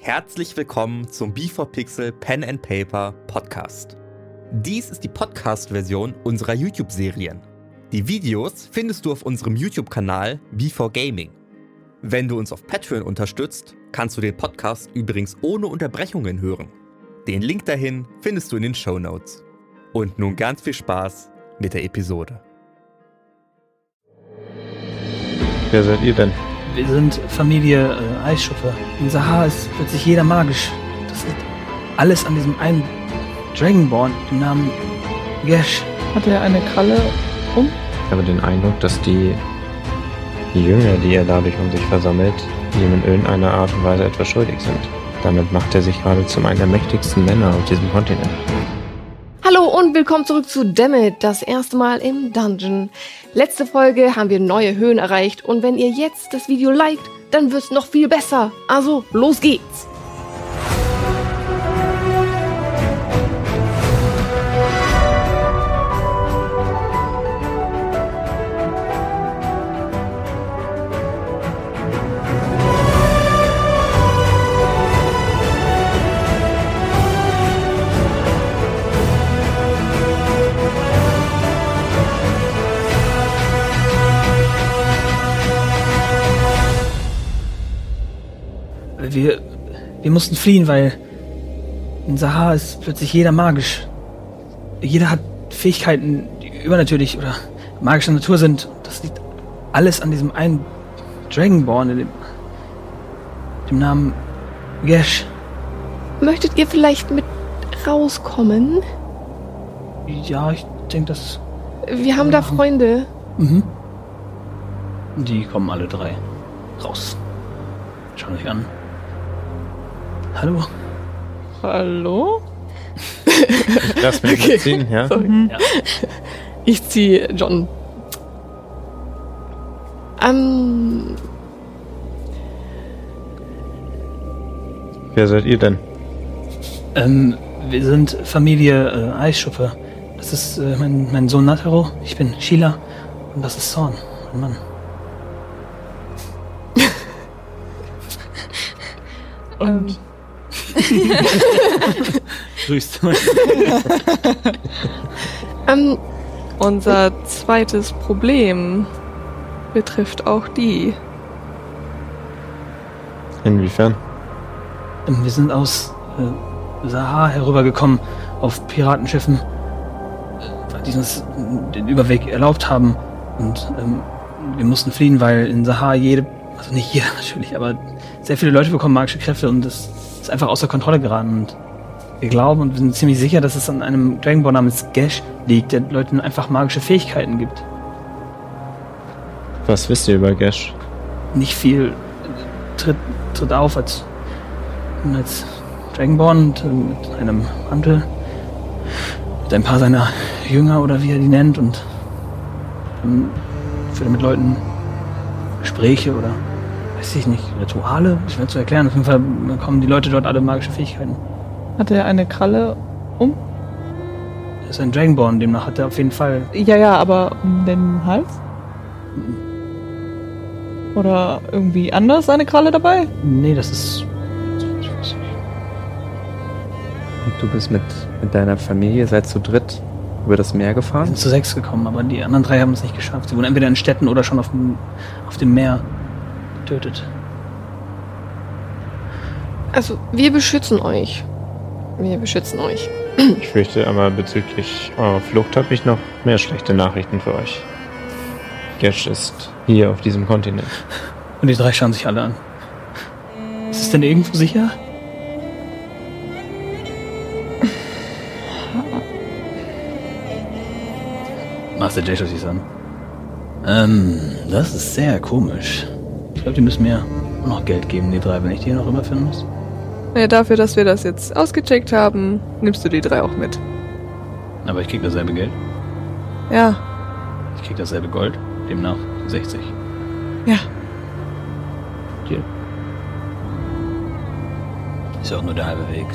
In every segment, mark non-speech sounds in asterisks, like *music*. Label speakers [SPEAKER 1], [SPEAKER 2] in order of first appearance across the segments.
[SPEAKER 1] Herzlich willkommen zum B4Pixel Pen and Paper Podcast. Dies ist die Podcast-Version unserer YouTube-Serien. Die Videos findest du auf unserem YouTube-Kanal B4Gaming. Wenn du uns auf Patreon unterstützt, kannst du den Podcast übrigens ohne Unterbrechungen hören. Den Link dahin findest du in den Show Notes. Und nun ganz viel Spaß mit der Episode.
[SPEAKER 2] Wer seid ihr denn?
[SPEAKER 3] Wir sind Familie äh, Eisschuppe. Unser Haar ist plötzlich jeder magisch. Das liegt alles an diesem einen Dragonborn, dem Namen Gash.
[SPEAKER 4] Hat er eine Kralle um?
[SPEAKER 2] Ich habe den Eindruck, dass die Jünger, die er dadurch um sich versammelt, ihm in irgendeiner Art und Weise etwas schuldig sind. Damit macht er sich gerade zum einen der mächtigsten Männer auf diesem Kontinent.
[SPEAKER 4] Hallo und willkommen zurück zu Dammit, das erste Mal im Dungeon. Letzte Folge haben wir neue Höhen erreicht und wenn ihr jetzt das Video liked, dann wird's noch viel besser. Also, los geht's!
[SPEAKER 3] Wir, wir mussten fliehen, weil unser Haar ist plötzlich jeder magisch. Jeder hat Fähigkeiten, die übernatürlich oder magischer Natur sind. Das liegt alles an diesem einen Dragonborn, dem, dem Namen Gash.
[SPEAKER 4] Möchtet ihr vielleicht mit rauskommen?
[SPEAKER 3] Ja, ich denke, das...
[SPEAKER 4] Wir haben da
[SPEAKER 3] Mhm.
[SPEAKER 4] Freunde.
[SPEAKER 3] Mhm. Die kommen alle drei raus. Schaut euch an. Hallo.
[SPEAKER 5] Hallo?
[SPEAKER 2] Lass mich
[SPEAKER 4] Okay.
[SPEAKER 2] mitziehen, ja?
[SPEAKER 4] Sorry.
[SPEAKER 3] Ja.
[SPEAKER 4] Ich ziehe John. Ähm,
[SPEAKER 2] Wer seid ihr denn?
[SPEAKER 3] Ähm, wir sind Familie äh, Eisschuppe. Das ist äh, mein, mein Sohn Nataro, ich bin Sheila und das ist Zorn, mein Mann.
[SPEAKER 5] Und
[SPEAKER 3] *laughs* Grüßt.
[SPEAKER 4] ähm,
[SPEAKER 5] unser zweites Problem betrifft auch die.
[SPEAKER 2] Inwiefern?
[SPEAKER 3] ähm, wir sind aus äh, Sahar herübergekommen auf Piratenschiffen, äh, weil die uns den Überweg erlaubt haben und ähm, wir mussten fliehen, weil in Sahar jede, also nicht jeder *laughs* natürlich, aber sehr viele Leute bekommen magische Kräfte und das ist einfach außer Kontrolle geraten und wir glauben und wir sind ziemlich sicher, dass es an einem Dragonborn namens Gash liegt, der Leuten einfach magische Fähigkeiten gibt.
[SPEAKER 2] Was wisst ihr über Gash?
[SPEAKER 3] nicht viel äh, tritt, tritt auf als, als Dragonborn und, äh, mit einem Mantel, mit ein paar seiner Jünger oder wie er die nennt und dann führt er mit Leuten Gespräche oder weiß ich nicht, Rituale, ist schwer zu erklären. Auf jeden Fall bekommen die Leute dort alle magische Fähigkeiten.
[SPEAKER 5] Hat er eine Kralle um?
[SPEAKER 3] Er ist ein Dragonborn, demnach hat er auf jeden Fall
[SPEAKER 5] Ja, ja, aber um den Hals? Oder irgendwie anders eine Kralle dabei?
[SPEAKER 3] Nee, das ist.
[SPEAKER 2] Du bist mit, mit deiner Familie, seid zu dritt über das Meer
[SPEAKER 3] Wir
[SPEAKER 2] gefahren?
[SPEAKER 3] sind zu sechs gekommen, aber die anderen drei haben es nicht geschafft. Sie wurden entweder in Städten oder schon auf dem, auf dem Meer getötet.
[SPEAKER 4] also wir beschützen euch. Wir beschützen euch.
[SPEAKER 2] Ich fürchte aber bezüglich eurer Flucht habe ich noch mehr schlechte Nachrichten für euch. Gash ist hier auf diesem Kontinent.
[SPEAKER 3] Und die drei schauen sich alle an. Ist es denn irgendwo sicher? Master J schaut sich an. Ähm, das ist sehr komisch. Ich glaube, die müssen mir auch noch Geld geben, die drei, wenn ich die hier noch rüberführen muss.
[SPEAKER 5] Ja, dafür, dass wir das jetzt ausgecheckt haben, nimmst du die drei auch mit.
[SPEAKER 3] Aber ich krieg dasselbe Geld.
[SPEAKER 5] Ja,
[SPEAKER 3] Ich krieg dasselbe Gold. Demnach 60.
[SPEAKER 5] ja.
[SPEAKER 2] Hier.
[SPEAKER 3] Ist ja auch nur der halbe Weg.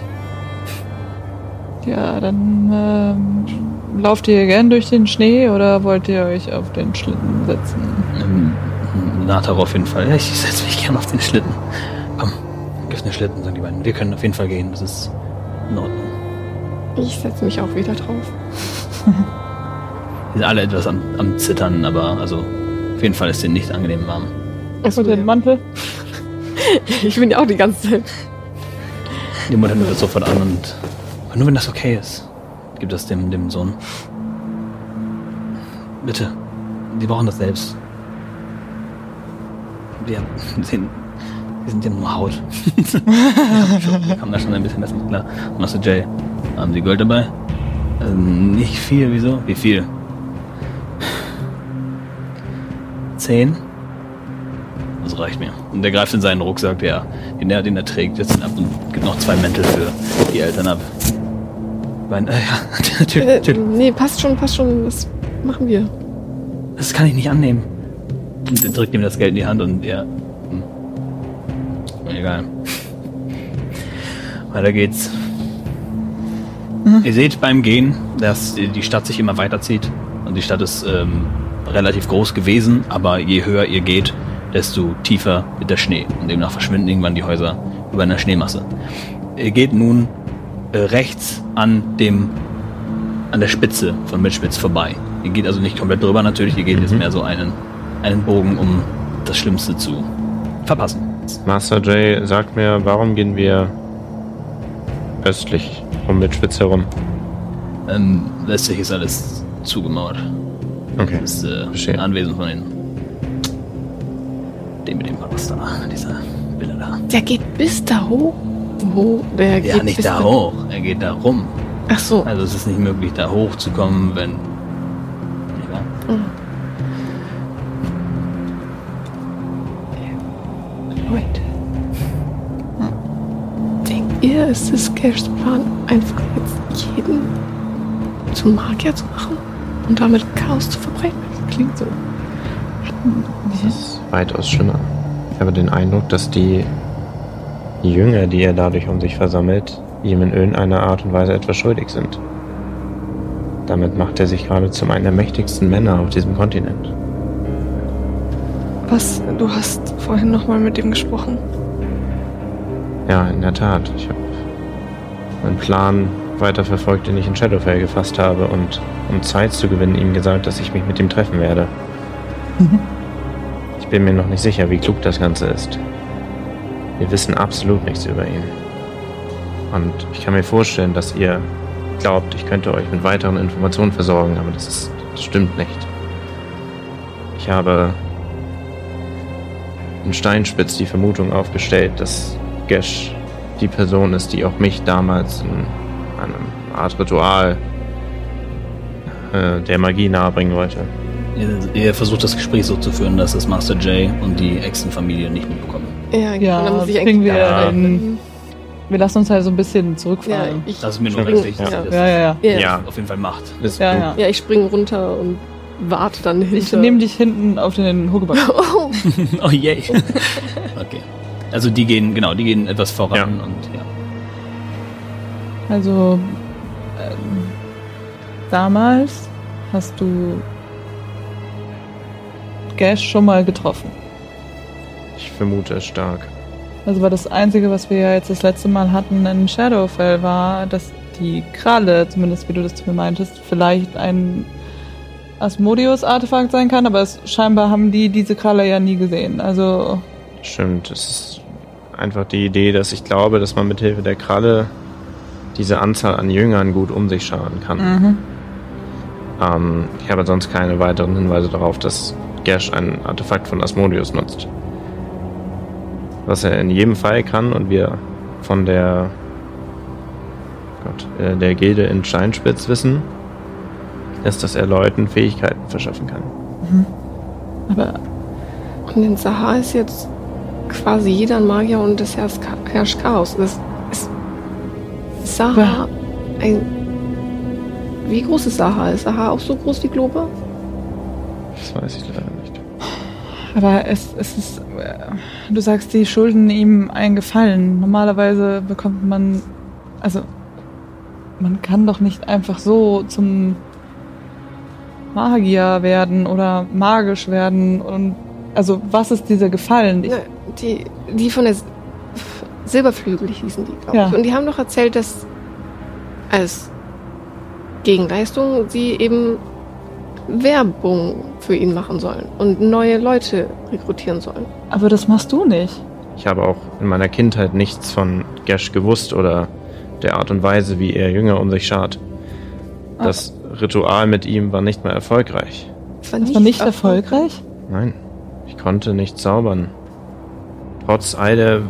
[SPEAKER 5] Ja, dann ähm, lauft ihr gern durch den Schnee oder wollt ihr euch auf den Schlitten setzen?
[SPEAKER 3] Ähm, Nataro auf jeden Fall. Ja, ich setze mich gern auf den Schlitten. Komm, Giftner Schlitten, sagen die beiden. Wir können auf jeden Fall gehen, das ist in Ordnung.
[SPEAKER 4] Ich setze mich auch wieder drauf.
[SPEAKER 3] Die sind alle etwas am, am Zittern, aber also auf jeden Fall ist denen nicht angenehm warm.
[SPEAKER 4] Achso,
[SPEAKER 5] Und den Mantel.
[SPEAKER 4] *laughs* ich bin ja auch die ganze Zeit.
[SPEAKER 3] Die Mutter nimmt das sofort an und aber nur wenn das okay ist, gibt das dem, dem Sohn. Bitte, die brauchen das selbst. Wir *laughs* sind, wir sind ja nur Haut. *laughs* wir kommen da schon ein bisschen besser mit klar. Master Jay, haben Sie Gold dabei? Ähm, nicht viel, wieso? Wie viel? Zehn? Das reicht mir. Und er greift in seinen Rucksack, der, den, er, den er trägt, jetzt ab und gibt noch zwei Mäntel für die Eltern ab. Mein, äh, ja, *laughs* natürlich,
[SPEAKER 4] Äh,
[SPEAKER 3] natürlich.
[SPEAKER 4] nee, passt schon, passt schon. Das machen wir.
[SPEAKER 3] Das kann ich nicht annehmen. Und er drückt ihm das Geld in die Hand und er. Hm. Egal. Weiter geht's. Ihr seht beim Gehen, dass die Stadt sich immer weiterzieht. Und die Stadt ist ähm, relativ groß gewesen, aber je höher ihr geht, desto tiefer wird der Schnee. Und demnach verschwinden irgendwann die Häuser über einer Schneemasse. Ihr geht nun äh, rechts an dem an der Spitze von Mitspitz vorbei. Ihr geht also nicht komplett drüber natürlich, ihr geht
[SPEAKER 2] Mhm.
[SPEAKER 3] jetzt mehr so einen, einen Bogen, um das Schlimmste zu verpassen.
[SPEAKER 2] Master Jay, sag mir, warum gehen wir östlich um Mitspitz herum?
[SPEAKER 3] Ähm, letztlich ist alles zugemauert.
[SPEAKER 2] Okay.
[SPEAKER 3] Das ist äh,
[SPEAKER 2] Verstehe.
[SPEAKER 3] ein Anwesen von den dem mit dem Palast da, dieser Villa da.
[SPEAKER 4] Der geht bis da hoch. Wo? Der
[SPEAKER 3] Ja,
[SPEAKER 4] geht
[SPEAKER 3] nicht
[SPEAKER 4] bis
[SPEAKER 3] da hoch, er geht da rum.
[SPEAKER 4] Ach so.
[SPEAKER 3] Also es ist nicht möglich, da hochzukommen, wenn... Ja.
[SPEAKER 4] Mhm. Wait. Denkt ihr, es ist Cashs Plan, einfach jetzt jeden zum Magier zu machen und damit Chaos zu verbreiten? Das klingt so.
[SPEAKER 2] Das ist weitaus schlimmer. Ich habe den Eindruck, dass die Jünger, die er dadurch um sich versammelt, ihm in irgendeiner Art und Weise etwas schuldig sind. Damit macht er sich gerade zum einen der mächtigsten Männer auf diesem Kontinent.
[SPEAKER 6] Was? Du hast vorhin nochmal mit ihm gesprochen.
[SPEAKER 2] Ja, in der Tat. Ich habe meinen Plan weiterverfolgt, den ich in Shadowfell gefasst habe und um Zeit zu gewinnen, ihm gesagt, dass ich mich mit ihm treffen werde. Ich bin mir noch nicht sicher, wie klug das Ganze ist. Wir wissen absolut nichts über ihn. Und ich kann mir vorstellen, dass ihr glaubt, ich könnte euch mit weiteren Informationen versorgen, aber das, ist, das stimmt nicht. Ich habe in Steinspitz die Vermutung aufgestellt, dass Gesh die Person ist, die auch mich damals in einem Art Ritual äh, der Magie nahebringen wollte.
[SPEAKER 3] Ihr, ihr versucht das Gespräch so zu führen, dass das Master Jay und die Echsenfamilie nicht mitbekommen.
[SPEAKER 4] Ja,
[SPEAKER 5] Ja,
[SPEAKER 4] dann muss ich
[SPEAKER 5] das
[SPEAKER 4] eigentlich
[SPEAKER 5] kriegen wir
[SPEAKER 2] Ja.
[SPEAKER 5] hin. Wir lassen uns halt so ein bisschen
[SPEAKER 4] Ja,
[SPEAKER 5] zurückfallen.
[SPEAKER 4] ich,
[SPEAKER 3] Das ist mir nur
[SPEAKER 2] Stimmt.
[SPEAKER 3] wichtig, dass
[SPEAKER 4] Ja.
[SPEAKER 3] ihr das
[SPEAKER 5] Ja, ja, ja.
[SPEAKER 4] ja, ja.
[SPEAKER 2] Ja,
[SPEAKER 3] auf jeden Fall macht.
[SPEAKER 2] ist
[SPEAKER 5] ja,
[SPEAKER 2] gut.
[SPEAKER 5] ja.
[SPEAKER 4] ich springe runter und warte dann
[SPEAKER 5] Ich
[SPEAKER 4] hinter.
[SPEAKER 5] nehme dich hinten auf den Huckeback.
[SPEAKER 4] *laughs* Oh,
[SPEAKER 3] *laughs* Oh je. *laughs* okay. Also die gehen, genau, die gehen etwas voran
[SPEAKER 2] Ja.
[SPEAKER 3] und ja.
[SPEAKER 5] Also ähm, damals hast du Gash schon mal getroffen.
[SPEAKER 2] Ich vermute es stark.
[SPEAKER 5] Also war das Einzige, was wir ja jetzt das letzte Mal hatten in Shadowfell, war, dass die Kralle, zumindest wie du das zu mir meintest, vielleicht ein Asmodeus-Artefakt sein kann, aber es, scheinbar haben die diese Kralle ja nie gesehen. Also
[SPEAKER 2] Stimmt, es ist einfach die Idee, dass ich glaube, dass man mithilfe der Kralle diese Anzahl an Jüngern gut um sich scharen kann.
[SPEAKER 5] Mhm.
[SPEAKER 2] Ähm, ich habe sonst keine weiteren Hinweise darauf, dass Gersh ein Artefakt von Asmodeus nutzt. Was er in jedem Fall kann und wir von der, Gott, äh, der Gilde in Scheinspitz wissen, ist, dass er Leuten Fähigkeiten verschaffen kann.
[SPEAKER 5] aber
[SPEAKER 4] Und in Sahar ist jetzt quasi jeder ein Magier und es herrscht Ka- herrscht Chaos. Das ist Sahar ein. Wie groß ist Sahar? Ist Sahar auch so groß wie Globa?
[SPEAKER 2] Das weiß ich leider nicht.
[SPEAKER 5] Aber es, es ist, äh, du sagst, die schulden ihm einen Gefallen. Normalerweise bekommt man, also man kann doch nicht einfach so zum Magier werden oder magisch werden und also was ist dieser Gefallen? Ich,
[SPEAKER 4] Ne, die, die von der Silberflügel hießen die, glaube
[SPEAKER 5] Ja.
[SPEAKER 4] ich. Und die haben doch erzählt, dass als Gegenleistung sie eben Werbung für ihn machen sollen und neue Leute rekrutieren sollen.
[SPEAKER 5] Aber das machst du nicht.
[SPEAKER 2] Ich habe auch in meiner Kindheit nichts von Gesh gewusst oder der Art und Weise, wie er Jünger um sich schart. Das Ritual mit ihm war nicht mehr erfolgreich.
[SPEAKER 4] Das war
[SPEAKER 5] Das war nicht erfolgreich?
[SPEAKER 2] Nein, ich konnte nicht zaubern. Trotz all der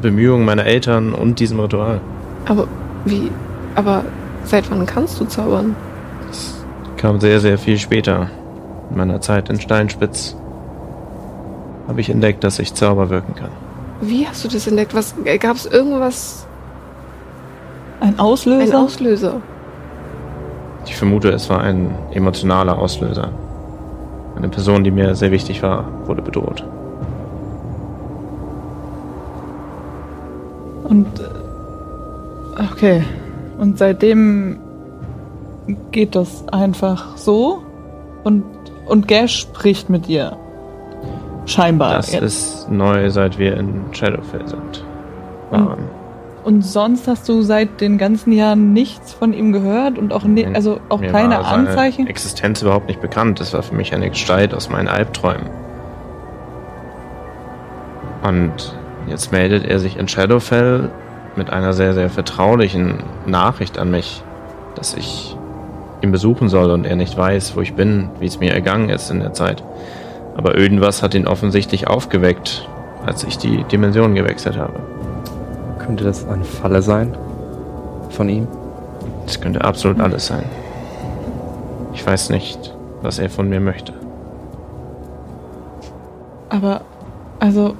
[SPEAKER 2] Bemühungen meiner Eltern und diesem Ritual.
[SPEAKER 4] Aber wie? Aber seit wann kannst du zaubern?
[SPEAKER 2] Das kam sehr, sehr viel später. In meiner Zeit in Steinspitz habe ich entdeckt, dass ich Zauber wirken kann.
[SPEAKER 4] Wie hast du das entdeckt? Was gab es irgendwas?
[SPEAKER 5] Ein Auslöser?
[SPEAKER 4] Ein Auslöser?
[SPEAKER 2] Ich vermute, es war ein emotionaler Auslöser. Eine Person, die mir sehr wichtig war, wurde bedroht.
[SPEAKER 5] Und äh, okay. Und seitdem geht das einfach so. Und, und Gash spricht mit dir. Scheinbar.
[SPEAKER 2] Das
[SPEAKER 5] Ah, jetzt.
[SPEAKER 2] ist neu, seit wir in Shadowfell sind. Waren.
[SPEAKER 5] und sonst hast du seit den ganzen Jahren nichts von ihm gehört und auch ne
[SPEAKER 2] Nein,
[SPEAKER 5] also auch
[SPEAKER 2] Mhm. Mir
[SPEAKER 5] keine
[SPEAKER 2] war seine
[SPEAKER 5] Anzeichen.
[SPEAKER 2] Existenz überhaupt nicht bekannt. Das war für mich eine Gestalt aus meinen Albträumen. Und jetzt meldet er sich in Shadowfell mit einer sehr, sehr vertraulichen Nachricht an mich, dass ich ihn besuchen soll und er nicht weiß, wo ich bin, wie es mir ergangen ist in der Zeit. Aber irgendwas hat ihn offensichtlich aufgeweckt, als ich die Dimension gewechselt habe.
[SPEAKER 1] Könnte das eine Falle sein? Von ihm?
[SPEAKER 2] Das könnte
[SPEAKER 5] Hm.
[SPEAKER 2] absolut alles sein. Ich weiß nicht, was er von mir möchte.
[SPEAKER 5] Aber also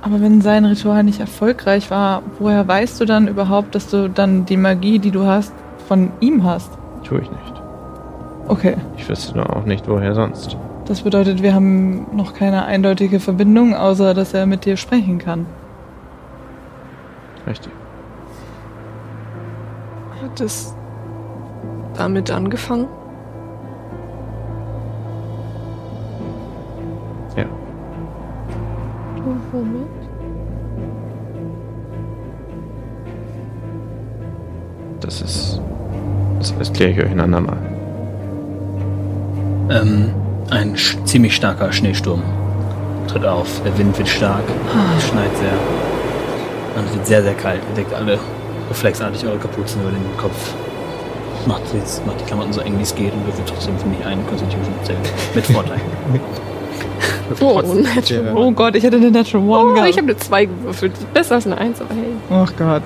[SPEAKER 5] aber wenn sein Ritual nicht erfolgreich war, woher weißt du dann überhaupt, dass du dann die Magie, die du hast, von ihm hast?
[SPEAKER 2] Tue ich nicht.
[SPEAKER 5] Okay.
[SPEAKER 2] Ich wüsste nur auch nicht, woher sonst.
[SPEAKER 5] Das bedeutet, wir haben noch keine eindeutige Verbindung, außer dass er mit dir sprechen kann.
[SPEAKER 2] Richtig.
[SPEAKER 6] Hat es damit angefangen?
[SPEAKER 2] Ja.
[SPEAKER 4] Womit?
[SPEAKER 2] Das ist. Das, das kläre ich euch ein andermal.
[SPEAKER 3] Ähm, ein sch ziemlich starker Schneesturm tritt auf. Der Wind wird stark, es schneit sehr. Und es wird sehr, sehr kalt. Ihr deckt alle reflexartig eure Kapuzen über den Kopf. Macht, die- macht die Klamotten so eng wie es geht und würfelt trotzdem, finde ich, einen Constitution Save. Mit Vorteil.
[SPEAKER 4] Oh, natural.
[SPEAKER 5] Oh Gott, ich hätte eine Natural One
[SPEAKER 4] Oh,
[SPEAKER 5] gehabt.
[SPEAKER 4] ich habe eine 2 gewürfelt. Besser als eine 1, aber hey.
[SPEAKER 5] Ach Gott.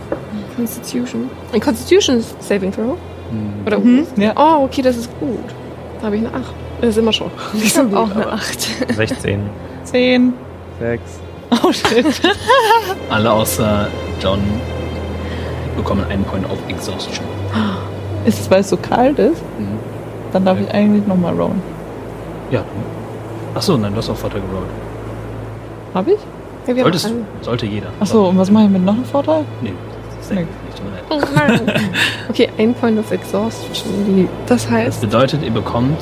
[SPEAKER 4] Constitution. Ein Constitution Saving Throw? Oder
[SPEAKER 5] Mhm, ja.
[SPEAKER 4] Oh, okay, das ist gut. Da habe ich eine 8. Das ist
[SPEAKER 3] *laughs*
[SPEAKER 4] immer schon.
[SPEAKER 6] Ich
[SPEAKER 4] so
[SPEAKER 6] habe
[SPEAKER 4] gut,
[SPEAKER 6] auch eine
[SPEAKER 4] aber-
[SPEAKER 6] 8.
[SPEAKER 2] 16.
[SPEAKER 5] oh, Zehn. *laughs*
[SPEAKER 1] Sechs.
[SPEAKER 5] Oh shit.
[SPEAKER 3] Alle außer John bekommen einen Point auf Exhaustion.
[SPEAKER 5] Ist es, weil es so kalt ist?
[SPEAKER 3] Mhm.
[SPEAKER 5] Dann darf ich eigentlich nochmal rollen.
[SPEAKER 3] Ja. Achso, nein, du hast auch Vorteil gerollt.
[SPEAKER 5] Hab ich?
[SPEAKER 4] Ja, wir haben
[SPEAKER 3] Solltest
[SPEAKER 4] alle-
[SPEAKER 3] du. Sollte jeder.
[SPEAKER 5] Achso, und was mache ich mit noch einem Vorteil?
[SPEAKER 3] Nee, das ist nicht tut mir leid.
[SPEAKER 4] Oh nein. *laughs* Okay, ein Point of Exhaustion. Das
[SPEAKER 3] Das
[SPEAKER 4] heißt,
[SPEAKER 3] bedeutet, ihr bekommt,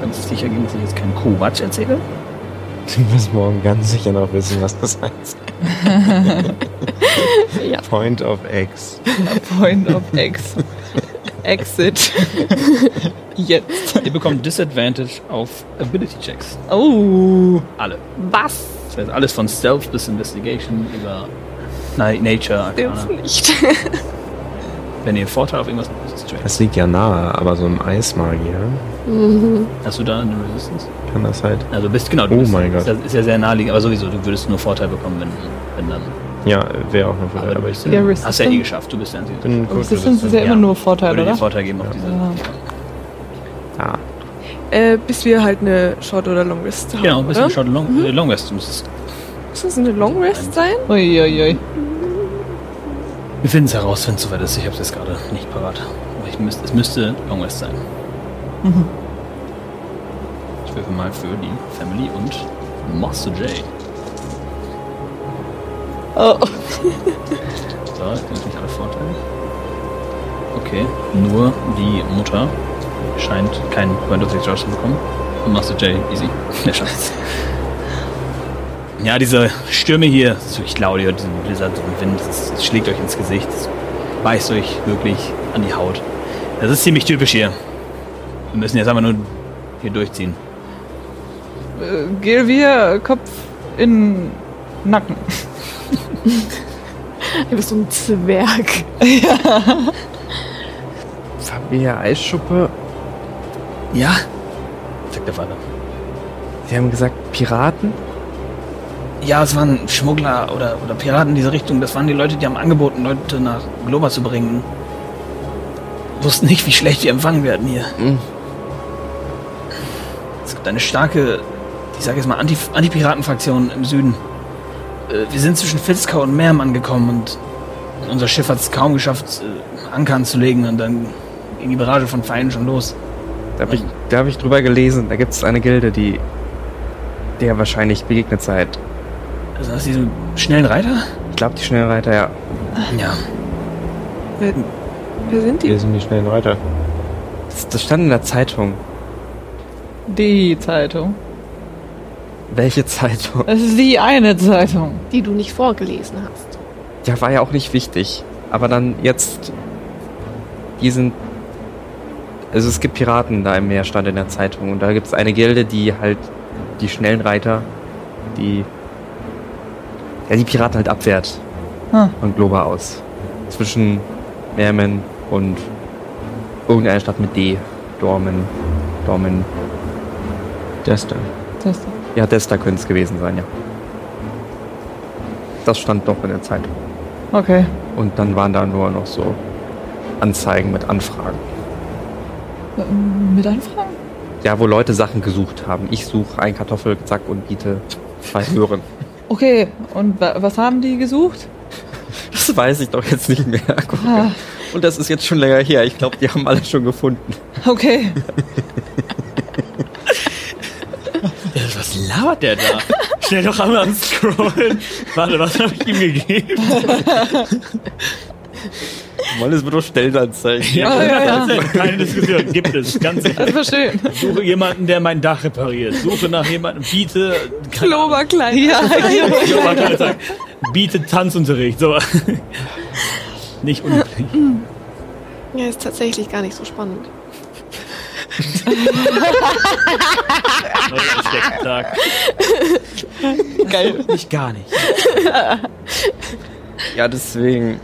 [SPEAKER 3] ganz sicher ging es jetzt keinen Kuhwatsch erzähle.
[SPEAKER 2] Du wirst morgen ganz sicher noch wissen, was das heißt.
[SPEAKER 4] ja.
[SPEAKER 2] Point of X.
[SPEAKER 5] Point *laughs* of Ex. Exit. Jetzt.
[SPEAKER 3] Ihr bekommt Disadvantage auf Ability Checks.
[SPEAKER 5] Oh.
[SPEAKER 3] Alle.
[SPEAKER 4] Was?
[SPEAKER 3] Das heißt, alles von Stealth bis Investigation über Na Nature.
[SPEAKER 4] Dürfen
[SPEAKER 3] Arcana.
[SPEAKER 4] nicht. *laughs*
[SPEAKER 3] Wenn ihr Vorteil auf irgendwas habt, ist es straight.
[SPEAKER 2] Das liegt ja nahe, aber so ein Eismagier
[SPEAKER 3] Hast du da eine Resistance?
[SPEAKER 2] kann das halt.
[SPEAKER 3] Also du bist genau. Du
[SPEAKER 2] Oh
[SPEAKER 3] bist,
[SPEAKER 2] mein Gott.
[SPEAKER 3] Das ist ja sehr naheliegend, aber sowieso, du würdest nur Vorteil bekommen, wenn, wenn dann.
[SPEAKER 2] Ja, wäre auch eine
[SPEAKER 3] Aber
[SPEAKER 2] Frage.
[SPEAKER 3] du
[SPEAKER 2] Aber ich
[SPEAKER 3] bist
[SPEAKER 2] bin
[SPEAKER 5] Ja,
[SPEAKER 3] ja,
[SPEAKER 5] Resistance.
[SPEAKER 3] hast ja eh geschafft, du bist der Einzige.
[SPEAKER 2] ein
[SPEAKER 5] Aber
[SPEAKER 2] guter
[SPEAKER 5] Resistance ist ja immer
[SPEAKER 3] Ja.
[SPEAKER 5] nur Vorteil,
[SPEAKER 3] Würde dir
[SPEAKER 5] oder?
[SPEAKER 3] Vorteil geben auf
[SPEAKER 2] Ja.
[SPEAKER 3] diese.
[SPEAKER 5] Ja.
[SPEAKER 2] Ah,
[SPEAKER 6] Äh, bis wir halt eine Short oder Long Rest haben.
[SPEAKER 3] Genau, ein bisschen
[SPEAKER 6] oder?
[SPEAKER 3] Short Long,
[SPEAKER 5] Mhm.
[SPEAKER 3] äh, Long Rest muss es.
[SPEAKER 6] Muss das eine Long Rest sein?
[SPEAKER 5] Uiuiui.
[SPEAKER 3] Wir finden es heraus, wenn es soweit ist. Ich habe es jetzt gerade nicht parat. Aber ich müsst, es müsste Long Rest sein. Ich würfel mal für die Family und Master J. *laughs*
[SPEAKER 5] Oh.
[SPEAKER 3] So, jetzt natürlich alle Vorteile. Okay, nur die Mutter scheint keinen Point of Exhaustion zu bekommen. Und Master J, easy. Der schafft's. Ja, diese Stürme hier, das ist wirklich laut, ihr hört diesen Blizzard und Wind, das, das schlägt euch ins Gesicht, das beißt euch wirklich an die Haut. Das ist ziemlich typisch hier. Wir müssen jetzt einfach nur hier durchziehen.
[SPEAKER 5] Äh, Gelvir, Kopf in Nacken.
[SPEAKER 4] Du bist so ein Zwerg.
[SPEAKER 1] Familie Eisschuppe,
[SPEAKER 3] Ja? Sagt der Vater.
[SPEAKER 1] sie haben gesagt Piraten?
[SPEAKER 3] Ja, es waren Schmuggler oder, oder Piraten in diese Richtung. Das waren die Leute, die haben angeboten, Leute nach Globa zu bringen. Wussten nicht, wie schlecht wir empfangen werden hier.
[SPEAKER 1] Hm.
[SPEAKER 3] Es gibt eine starke, ich sage jetzt mal, Anti- Anti-Piraten-Fraktion im Süden. Äh, wir sind zwischen Fitzkau und Merm angekommen und unser Schiff hat es kaum geschafft, äh, Ankern zu legen und dann ging die Barrage von Feinden schon los.
[SPEAKER 1] Da habe ich, da hab ich drüber gelesen, da gibt es eine Gilde, die der wahrscheinlich begegnet seid.
[SPEAKER 3] Also das diese schnellen Reiter?
[SPEAKER 1] Ich glaube, die Schnellreiter, ja.
[SPEAKER 3] Ja.
[SPEAKER 7] Wer, wer sind die?
[SPEAKER 1] Wir sind die schnellen Reiter. Das, das stand in der Zeitung.
[SPEAKER 5] Die Zeitung.
[SPEAKER 1] Welche *laughs* Zeitung?
[SPEAKER 5] Das ist die eine Zeitung.
[SPEAKER 4] Die du nicht vorgelesen hast.
[SPEAKER 1] Ja, war ja auch nicht wichtig. Aber dann jetzt. Die sind. Also es gibt Piraten da im Meer, stand in der Zeitung. Und da gibt es eine Gilde, die halt die schnellen Reiter, die. Ja, die Piraten halt abwehrt.
[SPEAKER 5] Hm.
[SPEAKER 1] Von Globa aus. Zwischen Mermen und irgendeiner Stadt mit D. Dormen. Dormen. Desta.
[SPEAKER 5] Das ist
[SPEAKER 1] Ja, Desta könnte es gewesen sein, ja. Das stand noch in der Zeitung.
[SPEAKER 5] okay.
[SPEAKER 1] Und dann waren da nur noch so Anzeigen mit Anfragen.
[SPEAKER 5] Ähm, Mit Anfragen?
[SPEAKER 1] Ja, wo Leute Sachen gesucht haben. Ich suche einen Kartoffelsack und biete zwei Möhren.
[SPEAKER 5] Okay, und wa was haben die gesucht?
[SPEAKER 1] Das weiß ich doch jetzt nicht mehr. Guck.
[SPEAKER 5] Ah,
[SPEAKER 1] Und das ist jetzt schon länger her. Ich glaube, die haben alle schon gefunden.
[SPEAKER 5] okay.
[SPEAKER 3] Was labert der da? *laughs* Schnell doch einmal am Scrollen. Warte, was habe ich ihm gegeben?
[SPEAKER 1] Mann, es wird doch Stellenanzeigen.
[SPEAKER 5] Ja, ja, ja.
[SPEAKER 3] Keine Diskussion, gibt es, ganz sicher.
[SPEAKER 5] Das war *laughs* schön.
[SPEAKER 3] Suche jemanden, der mein Dach repariert. Suche nach jemandem, biete, keine
[SPEAKER 7] Globa klein.
[SPEAKER 5] *laughs* Ja,
[SPEAKER 3] Ahnung, ich glaube, man kann sagen, biete Tanzunterricht. So. Nicht *laughs* unbedingt.
[SPEAKER 4] Ja, ist tatsächlich gar nicht so spannend.
[SPEAKER 3] Neuer Steckentag.
[SPEAKER 1] geil.
[SPEAKER 3] Nicht gar nicht.
[SPEAKER 1] Ja, deswegen.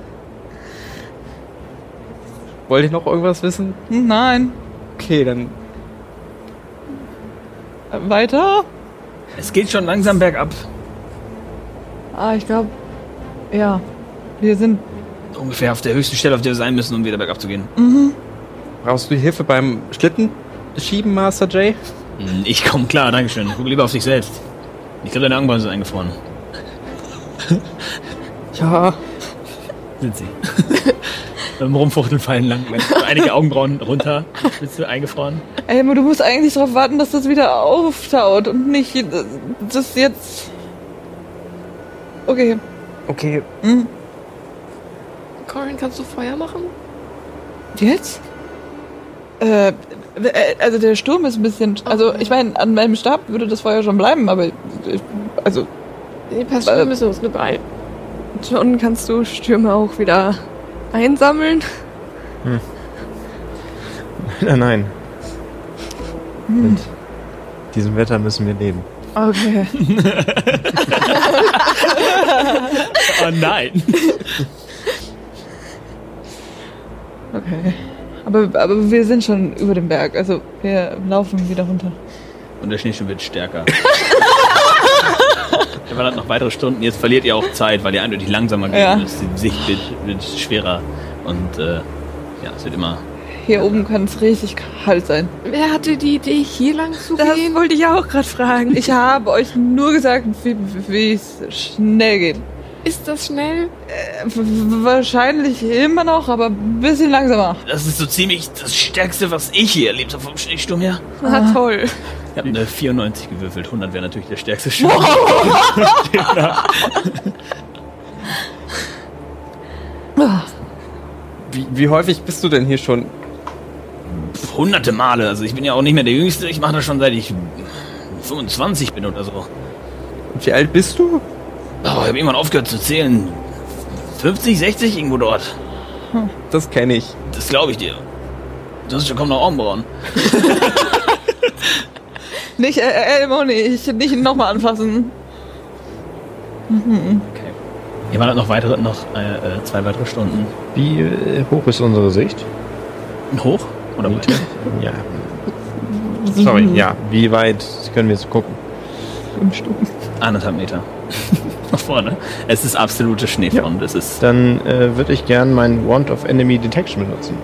[SPEAKER 1] Wollt ihr noch irgendwas wissen?
[SPEAKER 5] Hm, Nein.
[SPEAKER 1] Okay, dann.
[SPEAKER 5] Äh, Weiter?
[SPEAKER 3] Es geht schon langsam bergab.
[SPEAKER 5] Ah, ich glaube, ja. Wir sind.
[SPEAKER 3] Ungefähr auf der höchsten Stelle, auf der wir sein müssen, um wieder bergab zu gehen.
[SPEAKER 1] Brauchst du Hilfe beim Schlitten schieben, Master Jay?
[SPEAKER 3] Mhm, Ich komme klar, Dankeschön. Guck lieber auf dich selbst. Ich glaube, deine Augenbrauen sind eingefroren.
[SPEAKER 1] Ja.
[SPEAKER 3] Sind sie. *laughs* Beim Rumfuchteln fallen lang. Einige Augenbrauen runter. Bist du eingefroren?
[SPEAKER 5] Elmo, du musst eigentlich darauf warten, dass das wieder auftaut und nicht äh, das jetzt. Okay.
[SPEAKER 1] Okay,
[SPEAKER 4] Corin, kannst du Feuer machen?
[SPEAKER 5] Jetzt? Äh, äh, also der Sturm ist ein bisschen. Also ich meine, an meinem Stab würde das Feuer schon bleiben, aber ich, also
[SPEAKER 4] Nee, passt schon, wir müssen uns nur beeilen.
[SPEAKER 7] John, kannst du Stürme auch wieder einsammeln?
[SPEAKER 2] Nein, *laughs* nein. Mit diesem Wetter müssen wir leben.
[SPEAKER 5] okay.
[SPEAKER 3] Oh nein.
[SPEAKER 5] Okay. Aber, aber wir sind schon über dem Berg, also wir laufen wieder runter.
[SPEAKER 3] Und der Schneeschuh wird stärker. *laughs* Er wandert noch weitere Stunden. Jetzt verliert ihr auch Zeit, weil ihr eindeutig langsamer geht.
[SPEAKER 5] Ja.
[SPEAKER 3] und es- Die Sicht wird, wird schwerer. Und äh, ja, es wird immer.
[SPEAKER 5] Hier oben kann es richtig kalt sein.
[SPEAKER 4] Wer hatte die Idee, hier lang zu
[SPEAKER 7] Das
[SPEAKER 4] gehen?
[SPEAKER 7] wollte ich auch gerade fragen.
[SPEAKER 5] Ich habe euch nur gesagt, wie wie es schnell geht.
[SPEAKER 4] Ist das schnell?
[SPEAKER 5] Äh, w- Wahrscheinlich immer noch, aber ein bisschen langsamer.
[SPEAKER 3] Das ist so ziemlich das Stärkste, was ich hier erlebt habe vom Schneesturm her.
[SPEAKER 6] Ah.
[SPEAKER 7] Na toll.
[SPEAKER 3] Ich habe eine 94 gewürfelt. 100 wäre natürlich der stärkste Sturm.
[SPEAKER 1] wie, wie häufig bist du denn hier schon?
[SPEAKER 3] Pff, Hunderte Male. Also ich bin ja auch nicht mehr der Jüngste. Ich mache das schon seit ich 25 bin oder so.
[SPEAKER 8] Wie alt bist
[SPEAKER 3] Oh,
[SPEAKER 8] du?
[SPEAKER 3] ich habe irgendwann aufgehört zu zählen. 50, 60 irgendwo dort.
[SPEAKER 8] Das kenne ich.
[SPEAKER 3] Das glaube ich dir. Du hast schon kaum noch Augenbrauen.
[SPEAKER 5] Nicht, äh, äh, Elmo, nicht, nicht nochmal anfassen.
[SPEAKER 3] Hier waren halt noch weitere, noch äh, äh, zwei weitere Stunden.
[SPEAKER 2] Wie äh, hoch ist unsere Sicht?
[SPEAKER 3] Hoch? Oder weit?
[SPEAKER 2] Ja. Sorry, ja. Wie weit können wir jetzt gucken?
[SPEAKER 5] Fünf Stunden.
[SPEAKER 3] Anderthalb Meter. *laughs* Nach vorne. Es ist absolute Schneefront. Es ist
[SPEAKER 2] Dann äh, würde ich gern meinen Wand of Enemy Detection benutzen.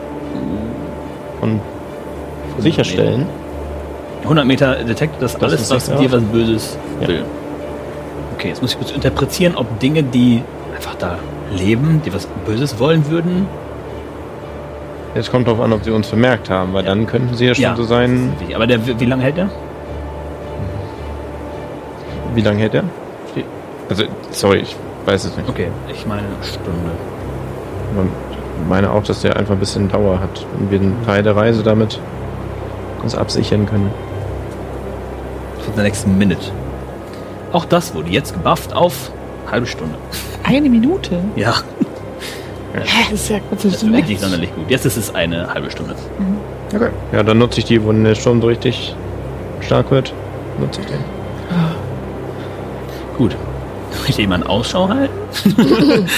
[SPEAKER 2] Und sicherstellen.
[SPEAKER 3] 100 Meter detekt das alles,
[SPEAKER 2] ist
[SPEAKER 3] was
[SPEAKER 2] sicher.
[SPEAKER 3] dir was Böses
[SPEAKER 2] Ja.
[SPEAKER 3] will. Okay, jetzt muss ich kurz interpretieren, ob Dinge, die einfach da leben, die was Böses wollen würden.
[SPEAKER 2] Jetzt kommt drauf an, ob sie uns bemerkt haben, weil dann könnten sie ja schon so sein.
[SPEAKER 3] Wie- Aber der, wie lange hält der?
[SPEAKER 2] Wie lange hält er? Also, sorry, ich weiß es nicht.
[SPEAKER 3] Okay, ich meine eine Stunde.
[SPEAKER 2] Man meine auch, dass der einfach ein bisschen Dauer hat und wir einen Teil der Reise damit uns absichern können.
[SPEAKER 3] Für den nächsten Minute. Auch das wurde jetzt gebufft auf halbe Stunde.
[SPEAKER 5] Eine Minute?
[SPEAKER 3] Ja,
[SPEAKER 5] Hä? Das ist ja das
[SPEAKER 3] das ist wirklich nicht sonderlich gut. Jetzt ist es eine halbe Stunde.
[SPEAKER 2] Okay. Ja, dann nutze ich die, wenn der Sturm so richtig stark wird, nutze ich den.
[SPEAKER 3] Gut. Soll ich jemanden Ausschau halten?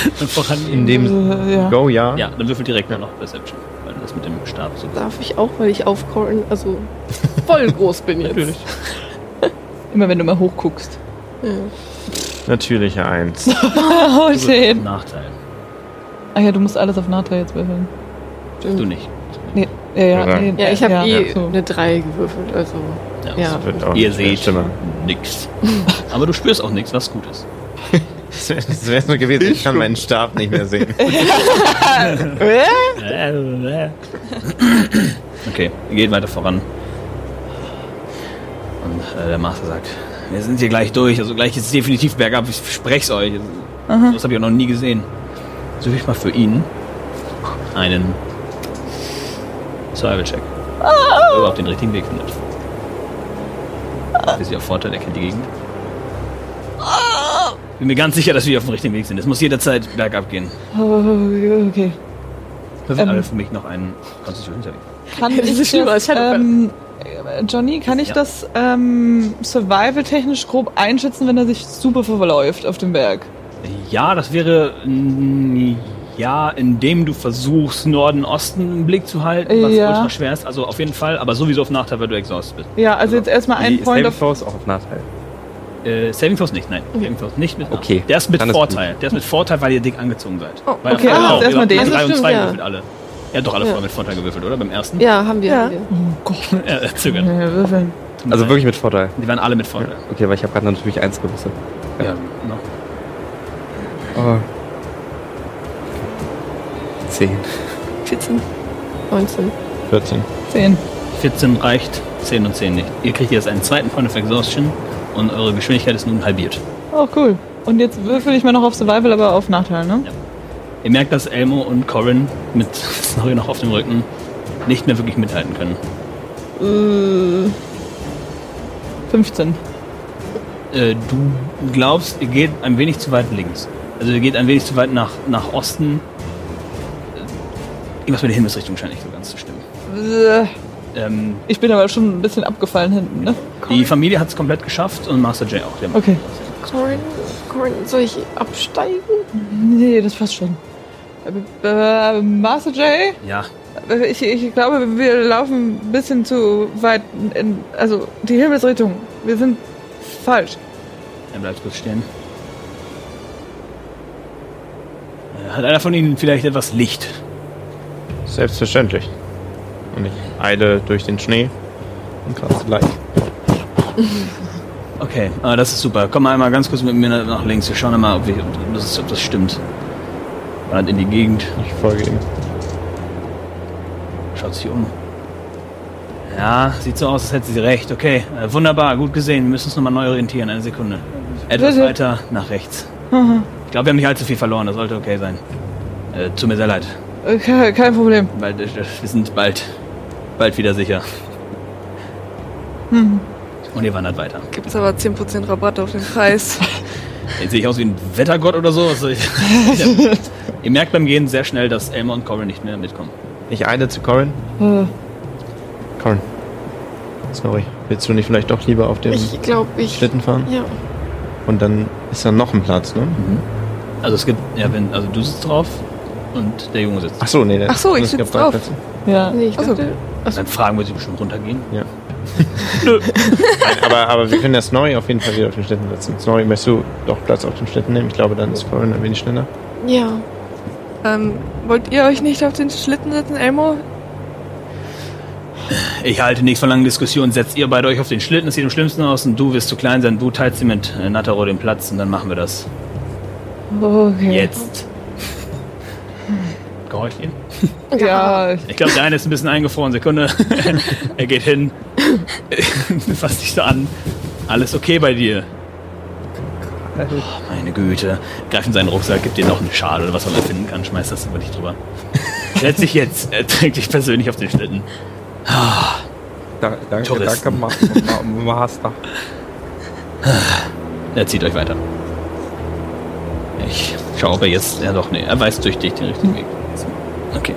[SPEAKER 5] *laughs*
[SPEAKER 3] Und vorangehen?
[SPEAKER 2] In dem
[SPEAKER 5] äh, ja.
[SPEAKER 2] Go, ja.
[SPEAKER 3] Ja, dann würfel direkt mal noch Perception, weil das mit dem Stab so
[SPEAKER 4] Darf ich auch, weil ich aufkorn, also voll groß bin jetzt.
[SPEAKER 3] Natürlich.
[SPEAKER 5] Immer wenn du mal hochguckst.
[SPEAKER 2] Natürliche Eins.
[SPEAKER 5] Oh,
[SPEAKER 3] ein
[SPEAKER 5] schön.
[SPEAKER 3] Nachteil.
[SPEAKER 5] Ah ja, du musst alles auf Nachteil jetzt würfeln.
[SPEAKER 3] Du nicht.
[SPEAKER 5] Nee, ja, ja,
[SPEAKER 2] Ja,
[SPEAKER 5] nee,
[SPEAKER 4] Ja, ich habe eh
[SPEAKER 5] so.
[SPEAKER 4] eine 3 gewürfelt, also
[SPEAKER 3] Ja.
[SPEAKER 4] ja.
[SPEAKER 2] Wird auch
[SPEAKER 3] Ihr
[SPEAKER 2] nicht mehr
[SPEAKER 3] seht
[SPEAKER 2] schlimmer.
[SPEAKER 3] nix. Aber du spürst auch nichts, was gut ist.
[SPEAKER 2] *laughs* Das wäre nur gewesen, ich kann meinen Stab nicht mehr *laughs* sehen.
[SPEAKER 3] okay, Äh, geht weiter voran. Und äh, der Master sagt, wir sind hier gleich durch, also gleich ist es definitiv bergab, ich verspreche es euch. Das habe ich auch noch nie gesehen. Suche ich mal für ihn einen Survival-Check. Ob er überhaupt den richtigen Weg findet. Das ist ja auch Vorteil, er kennt die Gegend. Bin mir ganz sicher, dass wir auf dem richtigen Weg sind. Es muss jederzeit bergab gehen.
[SPEAKER 5] Oh, okay.
[SPEAKER 3] Würfel
[SPEAKER 5] Ähm.
[SPEAKER 3] alle für mich noch einen Konstitutionsweg.
[SPEAKER 5] Kann
[SPEAKER 4] Das
[SPEAKER 5] ich
[SPEAKER 4] ist schlimmer
[SPEAKER 5] das,
[SPEAKER 4] als Shadowfell.
[SPEAKER 5] ähm, äh, Johnny, kann ich
[SPEAKER 3] Ja.
[SPEAKER 5] das ähm, survival-technisch grob einschätzen, wenn er sich super verläuft auf dem Berg?
[SPEAKER 3] Ja, das wäre mm, ja, indem du versuchst, Norden, Osten im Blick zu halten, was
[SPEAKER 5] Ja.
[SPEAKER 3] ultra schwer ist. Also auf jeden Fall, aber sowieso auf Nachteil, weil du exhaust bist.
[SPEAKER 5] Ja, also jetzt erstmal
[SPEAKER 1] Die
[SPEAKER 5] ein Point
[SPEAKER 1] Saving
[SPEAKER 5] of...
[SPEAKER 1] Throw ist auch auf Nachteil.
[SPEAKER 3] Äh, Saving Throws nicht, nein. Saving Throws nicht mit Nachteil.
[SPEAKER 1] Okay,
[SPEAKER 3] Der ist mit
[SPEAKER 1] dann ist
[SPEAKER 3] Vorteil. Der ist mit Vorteil, weil ihr dick angezogen seid.
[SPEAKER 6] Oh,
[SPEAKER 3] Weil
[SPEAKER 5] okay,
[SPEAKER 3] auf
[SPEAKER 5] also
[SPEAKER 3] Vorteil
[SPEAKER 5] ist erstmal
[SPEAKER 3] auch, ihr
[SPEAKER 5] den.
[SPEAKER 3] habt mit
[SPEAKER 4] Also
[SPEAKER 3] drei und
[SPEAKER 4] stimmt,
[SPEAKER 3] zwei
[SPEAKER 4] ja.
[SPEAKER 3] gewürfelt alle. Ihr habt doch alle
[SPEAKER 4] Ja.
[SPEAKER 3] vorher mit Vorteil gewürfelt, oder? Beim ersten? *laughs*
[SPEAKER 4] Ja, haben wir.
[SPEAKER 6] Ja.
[SPEAKER 4] Haben wir.
[SPEAKER 5] Oh Gott.
[SPEAKER 3] Äh, äh, zögern.
[SPEAKER 5] Ja, würfeln.
[SPEAKER 8] Mhm.
[SPEAKER 1] Also wirklich mit Vorteil.
[SPEAKER 3] Die waren alle mit Vorteil.
[SPEAKER 1] Okay, weil ich habe gerade natürlich eins gewusst.
[SPEAKER 3] Ja.
[SPEAKER 1] Ja.
[SPEAKER 3] genau. no.
[SPEAKER 1] Oh. Zehn.
[SPEAKER 6] 14.
[SPEAKER 4] 19.
[SPEAKER 2] 14.
[SPEAKER 5] Zehn.
[SPEAKER 3] 14 reicht, 10 und 10 nicht. Ihr kriegt jetzt einen zweiten Point of Exhaustion und eure Geschwindigkeit ist nun halbiert.
[SPEAKER 5] Oh, cool. Und jetzt würfel ich mal noch auf Survival, aber auf Nachteil, ne?
[SPEAKER 3] Ihr merkt, dass Elmo und Corin mit Snorri noch auf dem Rücken nicht mehr wirklich mithalten können.
[SPEAKER 5] Äh, 15.
[SPEAKER 3] Äh, du glaubst, ihr geht ein wenig zu weit links. Also ihr geht ein wenig zu weit nach, nach Osten. Äh, Irgendwas mit der Himmelsrichtung scheint nicht so ganz zu stimmen.
[SPEAKER 5] Äh,
[SPEAKER 3] Ähm,
[SPEAKER 5] Ich bin aber schon ein bisschen abgefallen hinten, ne?
[SPEAKER 3] die Familie hat es komplett geschafft und Master Jay auch. Der macht
[SPEAKER 5] Okay.
[SPEAKER 3] das.
[SPEAKER 4] Corin, Corin, soll ich absteigen?
[SPEAKER 5] Nee, das passt schon. Äh, äh, Master Jay?
[SPEAKER 3] Ja,
[SPEAKER 5] Äh, Ich, ich glaube, wir laufen ein bisschen zu weit in, also die Himmelsrichtung. Wir sind falsch.
[SPEAKER 3] er bleibt kurz stehen. Äh, Hat einer von ihnen vielleicht etwas Licht?
[SPEAKER 2] Selbstverständlich. Und ich eile durch den Schnee und kratze gleich.
[SPEAKER 3] Okay, ah, das ist super. Komm mal einmal ganz kurz mit mir nach links. Wir schauen mal, ob, wir, ob, das, ob das stimmt. Wandert in die Gegend,
[SPEAKER 2] Ich folge ihm.
[SPEAKER 3] schaut sich um. Ja, sieht so aus, als hätte sie recht. Okay, äh, wunderbar, gut gesehen. Wir müssen uns nochmal neu orientieren. Eine Sekunde. Etwas
[SPEAKER 5] Bitte.
[SPEAKER 3] weiter nach rechts. Ich glaube, wir haben nicht allzu viel verloren. Das sollte okay sein. Äh, tut mir sehr leid.
[SPEAKER 5] Äh, ke- Kein Problem.
[SPEAKER 3] Bald, äh, wir sind bald, bald wieder sicher. Und ihr wandert weiter.
[SPEAKER 6] Gibt's aber 10% Rabatt auf den Preis.
[SPEAKER 3] Jetzt sehe ich aus wie ein Wettergott oder so. Also, ihr ihr merkt beim Gehen sehr schnell, dass Elmer und Corin nicht mehr mitkommen.
[SPEAKER 2] Ich eile zu Corin.
[SPEAKER 6] Hm.
[SPEAKER 5] Äh,
[SPEAKER 2] Corin. Sorry. Willst du nicht vielleicht doch lieber auf dem
[SPEAKER 6] Ich glaube, ich.
[SPEAKER 2] Schlitten fahren?
[SPEAKER 6] Ja.
[SPEAKER 2] Und dann ist da noch ein Platz, ne?
[SPEAKER 3] Also es gibt, ja, wenn, also du sitzt drauf und der Junge sitzt.
[SPEAKER 2] Ach so, nee.
[SPEAKER 6] Ach so, ich
[SPEAKER 2] es gab
[SPEAKER 6] sitz
[SPEAKER 2] drei
[SPEAKER 6] drauf.
[SPEAKER 2] Plätze.
[SPEAKER 5] *laughs* ja.
[SPEAKER 4] Nee, ich
[SPEAKER 6] Achso.
[SPEAKER 4] dachte,
[SPEAKER 3] Dann fragen wir sie bestimmt runtergehen.
[SPEAKER 2] Aber, aber wir können das Snorri auf jeden Fall wieder auf den Schlitten setzen. Snorri, möchtest du doch Platz auf den Schlitten nehmen? Ich glaube, dann ist Corin ein wenig schneller.
[SPEAKER 4] ja.
[SPEAKER 6] Ähm, wollt ihr euch nicht auf den Schlitten setzen, Elmo?
[SPEAKER 3] Ich halte nichts von langen Diskussionen. Setzt ihr beide euch auf den Schlitten, es sieht am schlimmsten aus und du wirst zu klein sein. Du teilst dir mit äh, Nataro den Platz und dann machen wir das.
[SPEAKER 5] Okay.
[SPEAKER 3] Jetzt. Gehorcht ihr?
[SPEAKER 5] Ja, ich,
[SPEAKER 3] Ich glaube, der eine ist ein bisschen eingefroren. Sekunde. *laughs* er geht hin. *laughs* Fass dich da an. Alles okay bei dir. Oh, meine Güte. Greif in seinen Rucksack, gib dir noch einen Schal oder was man finden kann. Schmeiß das über dich drüber. *laughs* Setz dich jetzt. *laughs* Er trägt dich persönlich auf den Schlitten.
[SPEAKER 8] Da, danke,
[SPEAKER 3] Touristen.
[SPEAKER 8] danke, Ma Ma
[SPEAKER 3] *laughs*
[SPEAKER 8] Master.
[SPEAKER 3] Er zieht euch weiter. Ich schaue, ob er jetzt. Ja, doch, nee. Er weiß durch dich den richtigen Weg. Okay.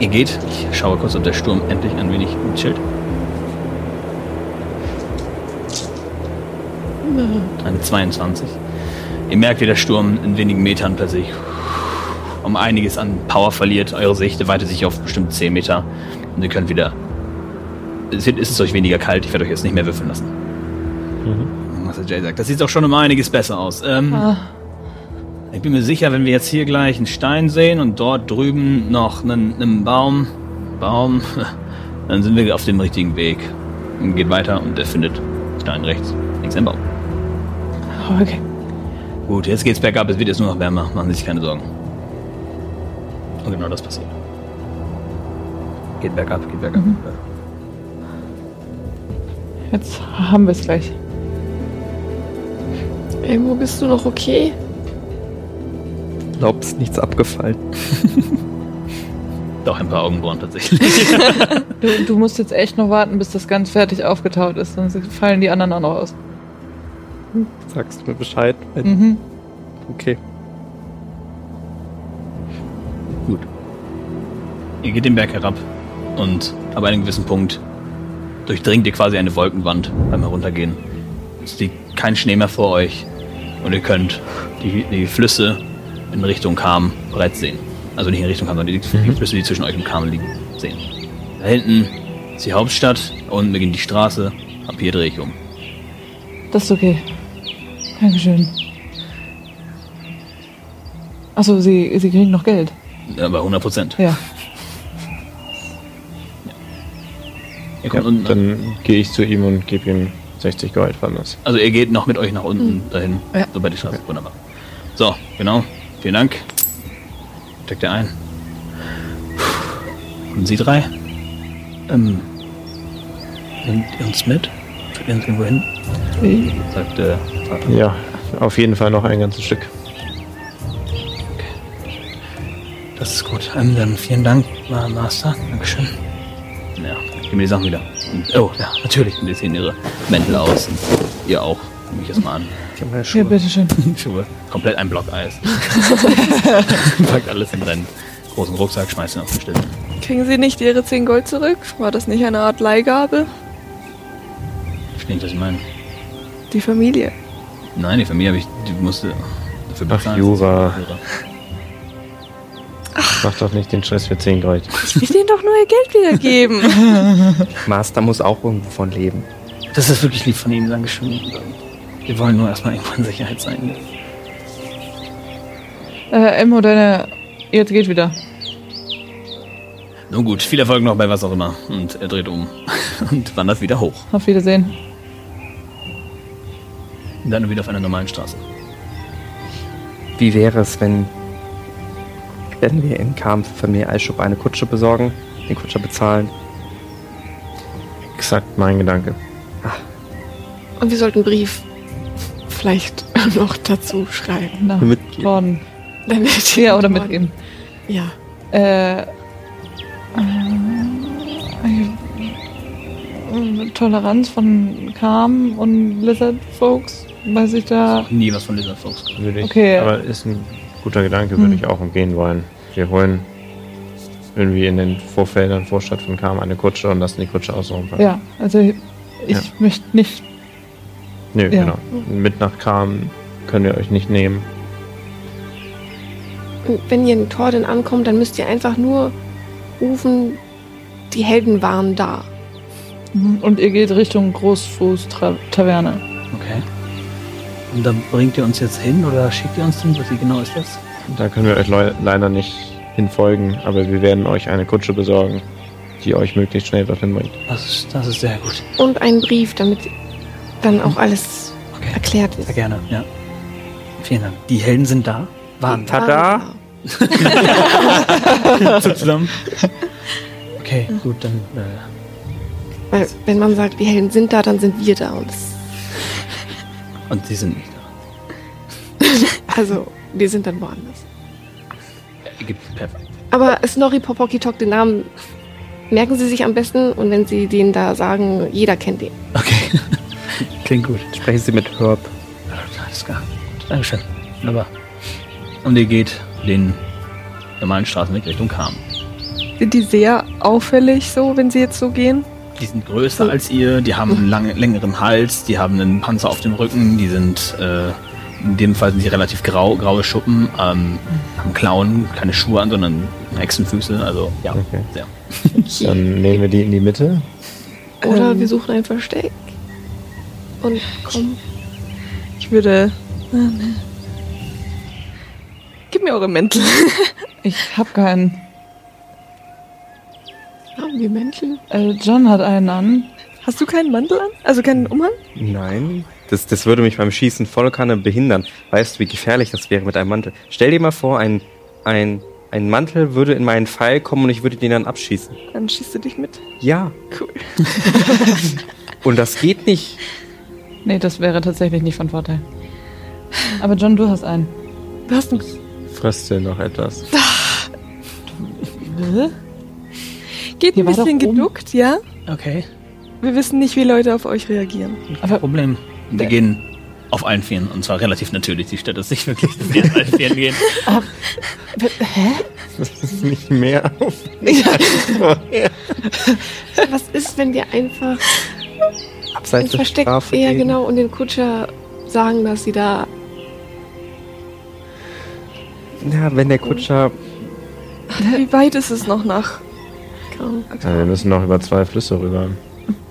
[SPEAKER 3] Ihr geht. Ich schaue kurz, ob der Sturm endlich ein wenig chillt. Eine 22. Ihr merkt, wie der Sturm in wenigen Metern plötzlich um einiges an Power verliert. Eure Sicht weitet sich auf bestimmt 10 Meter. Und ihr könnt wieder. Es ist es euch weniger kalt. Ich werde euch jetzt nicht mehr würfeln lassen. Was der Jay sagt. Das sieht doch schon um einiges besser aus. Ähm,
[SPEAKER 5] Ah.
[SPEAKER 3] Ich bin mir sicher, wenn wir jetzt hier gleich einen Stein sehen und dort drüben noch einen, einen Baum, Baum, *laughs* dann sind wir auf dem richtigen Weg. Und geht weiter und er findet Stein rechts, links ein Baum.
[SPEAKER 5] okay.
[SPEAKER 3] Gut, jetzt geht's bergab, es wird jetzt nur noch wärmer, machen Sie sich keine Sorgen. Und genau das passiert. Geht bergab, geht bergab.
[SPEAKER 5] Jetzt haben wir es gleich.
[SPEAKER 4] Elmo, bist du noch okay?
[SPEAKER 8] Glaubst nichts abgefallen.
[SPEAKER 3] Doch ein paar Augenbrauen tatsächlich.
[SPEAKER 5] Du, du musst jetzt echt noch warten, bis das ganz fertig aufgetaut ist, sonst fallen die anderen auch noch aus.
[SPEAKER 8] Sagst du mir Bescheid? Wenn-
[SPEAKER 5] Mhm.
[SPEAKER 8] Okay.
[SPEAKER 3] Ihr geht den Berg herab und ab einem gewissen Punkt durchdringt ihr quasi eine Wolkenwand beim Heruntergehen. Es liegt kein Schnee mehr vor euch und ihr könnt die, die Flüsse in Richtung Kam bereits sehen. Also nicht in Richtung Kam, sondern die, die Flüsse, die zwischen euch und Kam liegen, sehen. Da hinten ist die Hauptstadt, da unten beginnt die Straße, ab hier drehe ich um.
[SPEAKER 5] Das ist okay. Dankeschön. Achso, sie, sie kriegen noch Geld.
[SPEAKER 3] Äh, Bei 100 Prozent.
[SPEAKER 5] Ja.
[SPEAKER 3] Ihr
[SPEAKER 2] Ja,
[SPEAKER 3] kommt unten an.
[SPEAKER 5] ne?
[SPEAKER 2] dann gehe ich zu ihm und gebe ihm 60 Gold, wann das?
[SPEAKER 3] Also ihr geht noch mit euch nach unten dahin.
[SPEAKER 5] Ja.
[SPEAKER 3] So bei die Straße. Wunderbar. So, genau. Vielen Dank. Checkt ihr ein. Und Sie drei? Ähm. Nimmt ihr uns mit? Führt ihr uns irgendwo hin? Sagt äh,
[SPEAKER 2] Ja, auf jeden Fall noch ein ganzes Stück.
[SPEAKER 3] Das ist gut. Ähm, dann vielen Dank, Ma- Master. Dankeschön. Ja, gib mir die Sachen wieder. Und, oh, ja, natürlich. Und jetzt sehen ihre Mäntel aus. Und ihr auch. Nehme ich erstmal an.
[SPEAKER 8] Ich habe meine
[SPEAKER 5] Ja,
[SPEAKER 8] Schuhe.
[SPEAKER 5] bitteschön.
[SPEAKER 3] Schuhe. Komplett ein Block *laughs* Eis. Packt alles in seinen großen Rucksack, schmeißt ihn auf den Still.
[SPEAKER 6] Kriegen sie nicht ihre 10 Gold zurück? War das nicht eine Art Leihgabe?
[SPEAKER 3] Verstehe nicht, was ich meine.
[SPEAKER 6] Die Familie.
[SPEAKER 3] Nein, die Familie habe ich, die musste dafür
[SPEAKER 2] Ach,
[SPEAKER 3] bezahlen.
[SPEAKER 2] Jura. Mach doch nicht den Stress für 10 Gold.
[SPEAKER 6] Ich will denen doch nur ihr Geld wiedergeben.
[SPEAKER 8] Master muss auch irgendwo von leben.
[SPEAKER 3] Das ist wirklich lieb von ihm, Dankeschön. Wir wollen nur erstmal irgendwo in Sicherheit sein.
[SPEAKER 5] Äh, Elmo, deine. Jetzt geht wieder.
[SPEAKER 3] Nun gut, viel Erfolg noch bei was auch immer. Und er dreht um *laughs* und wandert wieder hoch.
[SPEAKER 5] Auf Wiedersehen.
[SPEAKER 3] Und dann wieder auf einer normalen Straße.
[SPEAKER 8] Wie wäre es, wenn, wenn wir in Kampf Familie Eisschub eine Kutsche besorgen, den Kutscher bezahlen?
[SPEAKER 2] Exakt mein Gedanke.
[SPEAKER 4] Und wir sollten einen Brief vielleicht *laughs* noch dazu schreiben.
[SPEAKER 5] Nach
[SPEAKER 8] Mitgehen.
[SPEAKER 5] Norden.
[SPEAKER 4] Damit
[SPEAKER 5] Ja, oder mitgeben.
[SPEAKER 4] Ja.
[SPEAKER 5] Äh. äh, ich- äh, Toleranz von Kam und Lizard Folks, weil sich da.
[SPEAKER 3] Nie was von Lizard Folks gehört.
[SPEAKER 2] Würde ich,
[SPEAKER 5] Okay.
[SPEAKER 2] Aber ist ein guter Gedanke, würde
[SPEAKER 5] Hm.
[SPEAKER 2] ich auch umgehen wollen. Wir holen irgendwie in den Vorfeldern, Vorstadt von Kam eine Kutsche und lassen die Kutsche ausrumpeln.
[SPEAKER 5] Ja, also ich,
[SPEAKER 2] Ja.
[SPEAKER 5] ich möchte nicht.
[SPEAKER 2] Nö,
[SPEAKER 5] Ja.
[SPEAKER 2] genau. Mit nach Kam können wir euch nicht nehmen.
[SPEAKER 4] Wenn ihr in Torden ankommt, dann müsst ihr einfach nur rufen, die Helden waren da.
[SPEAKER 5] Und ihr geht Richtung Großfuß-Taverne.
[SPEAKER 3] Okay. Und dann bringt ihr uns jetzt hin oder schickt ihr uns hin? Was wie genau ist das?
[SPEAKER 2] Da können wir euch leu- leider nicht hinfolgen, aber wir werden euch eine Kutsche besorgen, die euch möglichst schnell dorthin bringt.
[SPEAKER 3] Das ist, das ist sehr gut.
[SPEAKER 4] Und einen Brief, damit dann auch alles
[SPEAKER 3] Okay.
[SPEAKER 4] erklärt
[SPEAKER 3] Sehr
[SPEAKER 4] ist.
[SPEAKER 3] gerne, ja. Vielen Dank. Die Helden sind da. Waren da.
[SPEAKER 8] Ah, Tada!
[SPEAKER 3] zusammen. *laughs* Okay, gut, dann. Äh,
[SPEAKER 4] Weil wenn man sagt, die Helden sind da, dann sind wir da. Und das,
[SPEAKER 3] und sie sind nicht da.
[SPEAKER 4] also, wir sind dann woanders.
[SPEAKER 3] Gibt- Perfekt.
[SPEAKER 4] Aber Snorri Popokitok, den Namen merken Sie sich am besten. Und wenn Sie den da sagen, jeder kennt den.
[SPEAKER 3] Okay. *laughs* Klingt gut.
[SPEAKER 8] Sprechen Sie mit Herb.
[SPEAKER 3] Alles klar. Dankeschön. Wunderbar. Und ihr geht den normalen Straßenweg Richtung Kam.
[SPEAKER 6] Sind die sehr auffällig so, wenn sie jetzt so gehen?
[SPEAKER 3] Die sind größer als ihr, die haben einen lange, längeren Hals, die haben einen Panzer auf dem Rücken, die sind, äh, in dem Fall sind sie relativ grau, graue Schuppen,
[SPEAKER 6] Mhm.
[SPEAKER 3] ähm, haben Klauen, keine Schuhe an, sondern Echsenfüße, also ja,
[SPEAKER 2] Okay.
[SPEAKER 3] sehr.
[SPEAKER 2] Dann nehmen wir die in die Mitte.
[SPEAKER 4] Oder
[SPEAKER 6] Ähm.
[SPEAKER 4] wir suchen ein Versteck. Und kommen.
[SPEAKER 6] Ich würde. Ah, ne. Gib mir eure Mäntel.
[SPEAKER 5] Ich hab keinen.
[SPEAKER 4] *laughs* Haben wir Mäntel?
[SPEAKER 5] Äh, John hat einen an.
[SPEAKER 6] Hast du keinen Mantel an? Also keinen Umhang?
[SPEAKER 8] Nein. Das, das würde mich beim Schießen volle Kanne behindern. Weißt du, wie gefährlich das wäre mit einem Mantel? Stell dir mal vor, ein, ein, ein Mantel würde in meinen Pfeil kommen und ich würde den dann abschießen.
[SPEAKER 6] Dann schießt du dich mit.
[SPEAKER 8] Ja.
[SPEAKER 6] Cool.
[SPEAKER 8] und das geht nicht.
[SPEAKER 5] Nee, das wäre tatsächlich nicht von Vorteil. Aber John, du hast einen.
[SPEAKER 6] Du hast einen.
[SPEAKER 2] Frisst ihr noch etwas? *laughs*
[SPEAKER 6] Geht
[SPEAKER 5] Hier
[SPEAKER 6] ein
[SPEAKER 5] war doch
[SPEAKER 6] bisschen
[SPEAKER 5] oben-
[SPEAKER 6] geduckt, ja?
[SPEAKER 3] Okay,
[SPEAKER 6] Wir wissen nicht, wie Leute auf euch reagieren.
[SPEAKER 3] kein Problem. Wir gehen auf allen Vieren und zwar relativ natürlich, die Stadt ist nicht wirklich, dass wir auf allen
[SPEAKER 6] *laughs*
[SPEAKER 3] Vieren gehen.
[SPEAKER 2] Das ist nicht mehr auf.
[SPEAKER 4] *laughs* Was ist, wenn wir einfach ein
[SPEAKER 8] Abseits der
[SPEAKER 4] Versteck
[SPEAKER 8] Strafe.
[SPEAKER 4] eher
[SPEAKER 8] gehen.
[SPEAKER 4] genau und den Kutscher sagen, dass sie da
[SPEAKER 8] Ja, wenn der Kutscher.
[SPEAKER 6] Wie weit ist es noch nach?
[SPEAKER 4] kamen.
[SPEAKER 2] Ja, wir müssen noch über zwei Flüsse rüber.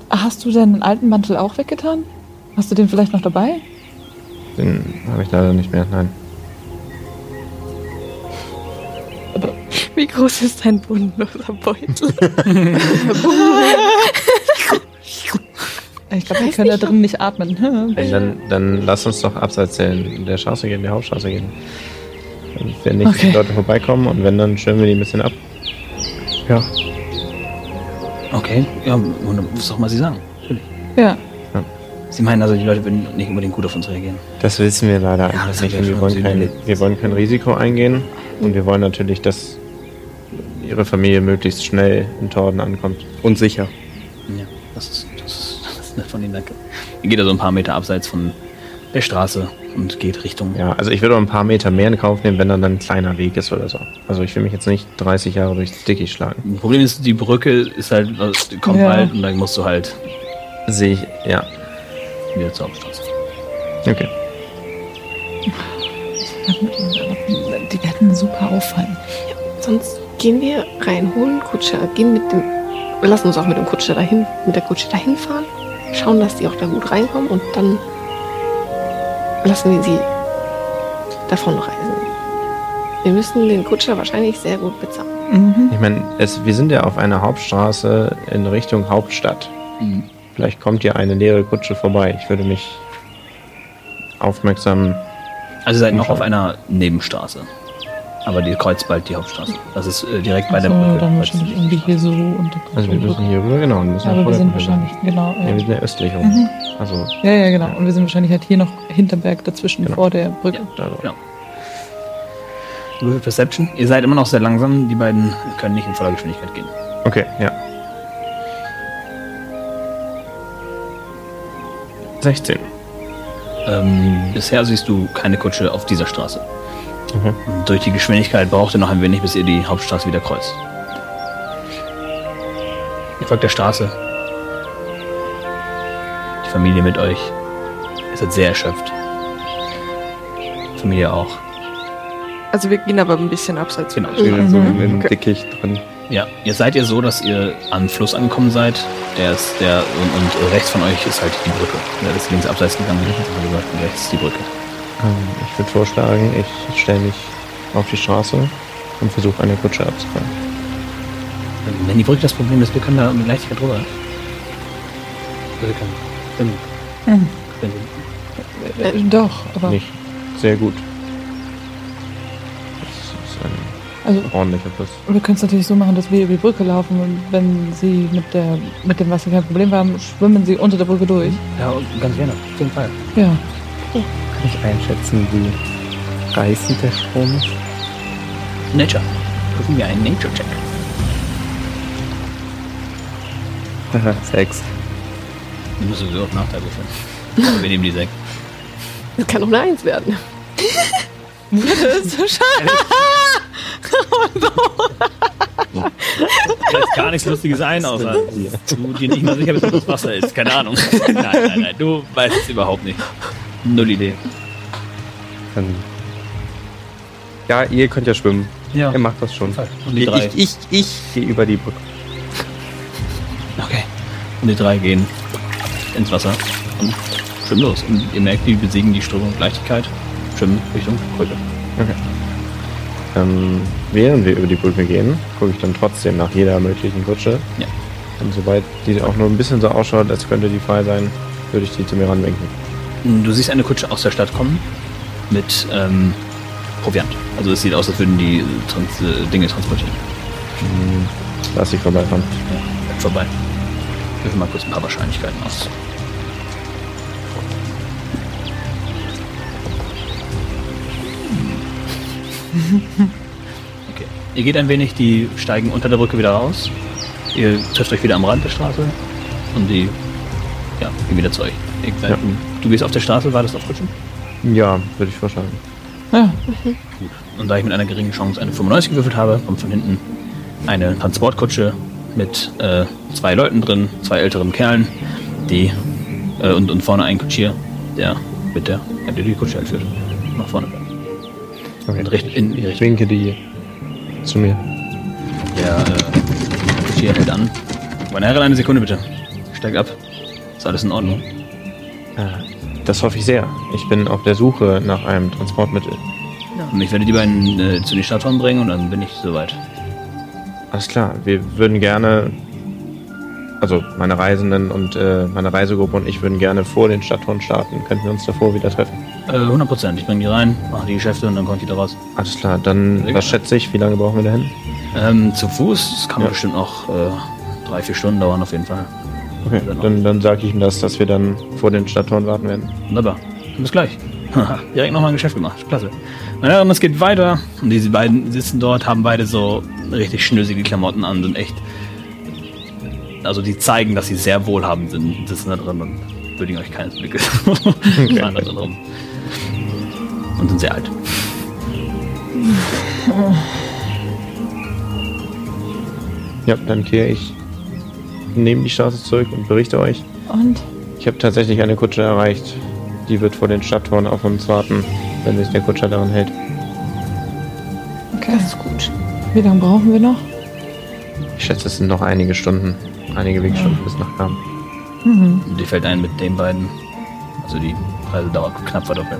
[SPEAKER 5] Hast du deinen alten Mantel auch weggetan? Hast du den vielleicht noch dabei?
[SPEAKER 2] Den habe ich leider nicht mehr. Nein.
[SPEAKER 6] Wie groß ist dein *laughs* bodenloser Beutel?
[SPEAKER 5] Ich glaube, wir können da drin nicht atmen. *laughs*
[SPEAKER 3] Äh.
[SPEAKER 2] Nein, Dann, dann lass uns doch abseits der, der Straße gehen, der Hauptstraße gehen. Und Wenn nicht,
[SPEAKER 5] Okay.
[SPEAKER 2] die Leute vorbeikommen und wenn, dann schirmen wir die ein bisschen ab.
[SPEAKER 8] Ja.
[SPEAKER 3] Okay, ja, wunderbar, was auch mal sie sagen. Natürlich.
[SPEAKER 5] Ja,
[SPEAKER 3] Sie meinen also, die Leute würden nicht unbedingt gut auf uns reagieren.
[SPEAKER 2] Das wissen wir leider
[SPEAKER 3] Ja,
[SPEAKER 2] einfach
[SPEAKER 3] das
[SPEAKER 2] nicht.
[SPEAKER 3] haben
[SPEAKER 2] Und wir
[SPEAKER 3] wir schon
[SPEAKER 2] wollen,
[SPEAKER 3] gesehen,
[SPEAKER 2] kein,
[SPEAKER 3] erlebt.
[SPEAKER 2] wir wollen kein Risiko eingehen. Und wir wollen natürlich, dass ihre Familie möglichst schnell in Torden ankommt.
[SPEAKER 8] Unsicher.
[SPEAKER 3] Ja, das ist, das ist, *laughs* das ist nett von Ihnen, danke. Ihr geht also ein paar Meter abseits von der Straße und geht Richtung.
[SPEAKER 2] Ja, also ich würde auch ein paar Meter mehr in Kauf nehmen, wenn dann ein kleiner Weg ist oder so. Also ich will mich jetzt nicht 30 Jahre durchs Dickicht schlagen.
[SPEAKER 3] Das Problem ist, die Brücke ist halt, was- die kommt
[SPEAKER 5] Ja.
[SPEAKER 3] halt und dann musst du halt
[SPEAKER 2] Sehe ich, ja.
[SPEAKER 3] wieder zur Hauptstraße.
[SPEAKER 2] Okay.
[SPEAKER 5] die werden super auffallen.
[SPEAKER 4] Sonst gehen wir rein, holen Kutscher, gehen mit dem. Wir lassen uns auch mit dem Kutscher dahin, mit der Kutsche dahin fahren, schauen, dass die auch da gut reinkommen und dann lassen wir sie davon reisen. Wir müssen den Kutscher wahrscheinlich sehr gut bezahlen.
[SPEAKER 5] Mhm.
[SPEAKER 2] Ich meine, es- wir sind ja auf einer Hauptstraße in Richtung Hauptstadt.
[SPEAKER 3] Mhm.
[SPEAKER 2] Vielleicht kommt ja eine leere Kutsche vorbei. Ich würde mich aufmerksam.
[SPEAKER 3] Also seid noch
[SPEAKER 2] Umschauen.
[SPEAKER 3] auf einer Nebenstraße. Aber die kreuzt bald die Hauptstraße. Das ist äh, direkt bei der
[SPEAKER 5] Also,
[SPEAKER 3] Brücke.
[SPEAKER 5] dann
[SPEAKER 3] kreuzt
[SPEAKER 5] wahrscheinlich
[SPEAKER 3] die
[SPEAKER 5] irgendwie hier
[SPEAKER 3] Hauptstraße.
[SPEAKER 5] so und
[SPEAKER 2] Also wir müssen hier rüber, genau. Wir müssen nach
[SPEAKER 5] Aber wir
[SPEAKER 2] Fullerton
[SPEAKER 5] sind
[SPEAKER 2] rüber.
[SPEAKER 5] wahrscheinlich, genau.
[SPEAKER 2] Ja,
[SPEAKER 5] Ja.
[SPEAKER 2] wir sind ja östlich rum.
[SPEAKER 5] Mhm.
[SPEAKER 2] Also,
[SPEAKER 5] ja, ja, genau. Und wir sind wahrscheinlich halt hier noch Hinterberg dazwischen
[SPEAKER 2] Genau.
[SPEAKER 5] vor der Brücke.
[SPEAKER 2] da so.
[SPEAKER 3] Genau. Würfel Perception. Ihr seid immer noch sehr langsam. Die beiden können nicht in voller Geschwindigkeit gehen.
[SPEAKER 2] Okay, ja. 16.
[SPEAKER 3] Ähm, bisher siehst du keine Kutsche auf dieser Straße. Und durch die Geschwindigkeit braucht ihr noch ein wenig, bis ihr die Hauptstraße wieder kreuzt. Ihr folgt der Straße. Die Familie mit euch. Ihr seid sehr erschöpft. Familie auch.
[SPEAKER 6] Also wir gehen aber ein bisschen abseits.
[SPEAKER 3] Genau.
[SPEAKER 8] Ich bin dann so im im Dickicht drin.
[SPEAKER 3] Ja, ihr seid ihr so, dass ihr am Fluss angekommen seid. Der ist der und, und rechts von euch ist halt die Brücke. Der ist links abseits gegangen. Also gesagt, rechts ist die Brücke.
[SPEAKER 2] Ähm, ich würde vorschlagen, ich stelle mich auf die Straße und versuche eine Kutsche abzufangen.
[SPEAKER 3] Wenn die Brücke das Problem ist, wir können da mit Leichtigkeit drüber. Also wir können. Wenn,
[SPEAKER 5] Mhm.
[SPEAKER 3] wenn,
[SPEAKER 5] Äh, doch, aber
[SPEAKER 2] Nicht sehr gut. Das ist ein
[SPEAKER 5] also
[SPEAKER 2] ordentlicher Bus.
[SPEAKER 5] wir können es natürlich so machen, dass wir über die Brücke laufen und wenn sie mit der mit dem Wasser kein Problem haben, schwimmen sie unter der Brücke durch.
[SPEAKER 3] ja, und ganz gerne, auf jeden Fall.
[SPEAKER 5] Ja.
[SPEAKER 8] Kann ich einschätzen, wie reißend der Strom ist?
[SPEAKER 3] Nature. Prüfen wir einen Nature-Check.
[SPEAKER 8] Haha, Sechs.
[SPEAKER 3] Wir müssen sowieso auf Nachteil würfeln. Aber wir nehmen die Sekt.
[SPEAKER 4] Das kann doch eine Eins werden.
[SPEAKER 3] fällt gar nichts Lustiges ein, außer du dir nicht mal sicher bist, ob das Wasser ist. Keine *laughs* Ahnung. Nein, nein, nein, du weißt es überhaupt nicht. Null Idee.
[SPEAKER 8] Dann. Ja, ihr könnt ja schwimmen.
[SPEAKER 3] Ja.
[SPEAKER 8] Ihr macht das schon.
[SPEAKER 3] Und die drei.
[SPEAKER 8] Ich, ich, ich gehe über die Brücke.
[SPEAKER 3] Okay. Und die drei gehen ins Wasser und schwimmen los. Und ihr merkt, die besiegen die Strömung mit Leichtigkeit. Schwimmen Richtung Brücke.
[SPEAKER 2] Ähm, während wir über die Brücke gehen, gucke ich dann trotzdem nach jeder möglichen Kutsche.
[SPEAKER 3] Ja.
[SPEAKER 2] Und sobald die auch nur ein bisschen so ausschaut, als könnte die frei sein, würde ich die zu mir ranwinken.
[SPEAKER 3] Du siehst eine Kutsche aus der Stadt kommen mit ähm, Proviant. Also es sieht aus, als würden die trans äh, Dinge transportieren.
[SPEAKER 2] Lass ich vorbeifahren.
[SPEAKER 3] Ja, bleibt vorbei. Ich würfel mal kurz ein paar Wahrscheinlichkeiten aus. Okay. Ihr geht ein wenig, die steigen unter der Brücke wieder raus. Ihr trefft euch wieder am Rand der Straße und die ja, gehen wieder zu euch. Ihr seid-
[SPEAKER 2] Ja.
[SPEAKER 3] Du gehst auf der Straße, wartest auf Kutschen?
[SPEAKER 2] Ja, würde ich vorschlagen.
[SPEAKER 5] Ja,
[SPEAKER 3] Gut. Und da ich mit einer geringen Chance eine 95 gewürfelt habe, kommt von hinten eine Transportkutsche mit äh, zwei Leuten drin, zwei älteren Kerlen, die äh, und, und vorne ein Kutschier, der mit der, ja, der die Kutsche halt führt. Nach vorne.
[SPEAKER 2] Okay.
[SPEAKER 3] In, Richt- in die
[SPEAKER 2] Ich
[SPEAKER 3] Richtung.
[SPEAKER 2] winke die zu mir.
[SPEAKER 3] Der äh, Kutschier hält an. Meine Herren, eine Sekunde bitte. Steigt ab. Ist alles in Ordnung?
[SPEAKER 2] Das hoffe ich sehr. Ich bin auf der Suche nach einem Transportmittel.
[SPEAKER 3] Und Ich werde die beiden äh, zu den Stadttoren bringen und dann bin ich soweit.
[SPEAKER 2] Alles klar, wir würden gerne, also meine Reisenden und äh, meine Reisegruppe und ich würden gerne vor den Stadttoren starten. Könnten wir uns davor wieder treffen?
[SPEAKER 3] Äh, 100 Prozent. Ich bringe die rein, mache die Geschäfte und dann kommt wieder raus.
[SPEAKER 2] Alles klar, dann was
[SPEAKER 3] Sehr gerne.
[SPEAKER 2] schätze ich, wie lange brauchen wir dahin?
[SPEAKER 3] Ähm, zu Fuß, das kann
[SPEAKER 2] Ja.
[SPEAKER 3] bestimmt noch äh, drei, vier Stunden dauern auf jeden Fall.
[SPEAKER 2] Okay,
[SPEAKER 3] Genau.
[SPEAKER 2] dann, dann sage ich ihm das, dass wir dann vor den Stadttoren warten werden.
[SPEAKER 3] Wunderbar. Bis gleich. Haha, *laughs* Direkt nochmal ein Geschäft gemacht. Klasse. Meine Herren, es geht weiter. Und diese beiden sitzen dort, haben beide so richtig schnösige Klamotten an, sind echt. Also die zeigen, dass sie sehr wohlhabend sind, sitzen da drin und würdigen euch keines *laughs* Blickes. Fahren da drin rum. Und sind sehr alt.
[SPEAKER 2] Ja, dann kehre ich neben die Straße zurück und berichte euch.
[SPEAKER 5] und?
[SPEAKER 2] Ich habe tatsächlich eine Kutsche erreicht. Die wird vor den Stadttoren auf uns warten, wenn sich der Kutscher daran hält.
[SPEAKER 5] Okay. Das ist gut. Wie lange brauchen wir noch?
[SPEAKER 2] Ich schätze, es sind noch einige Stunden, einige Wegstunden bis nach Kam.
[SPEAKER 5] Mhm.
[SPEAKER 3] Und dir fällt ein mit den beiden. Also die Preise dauert knapp verdoppeln.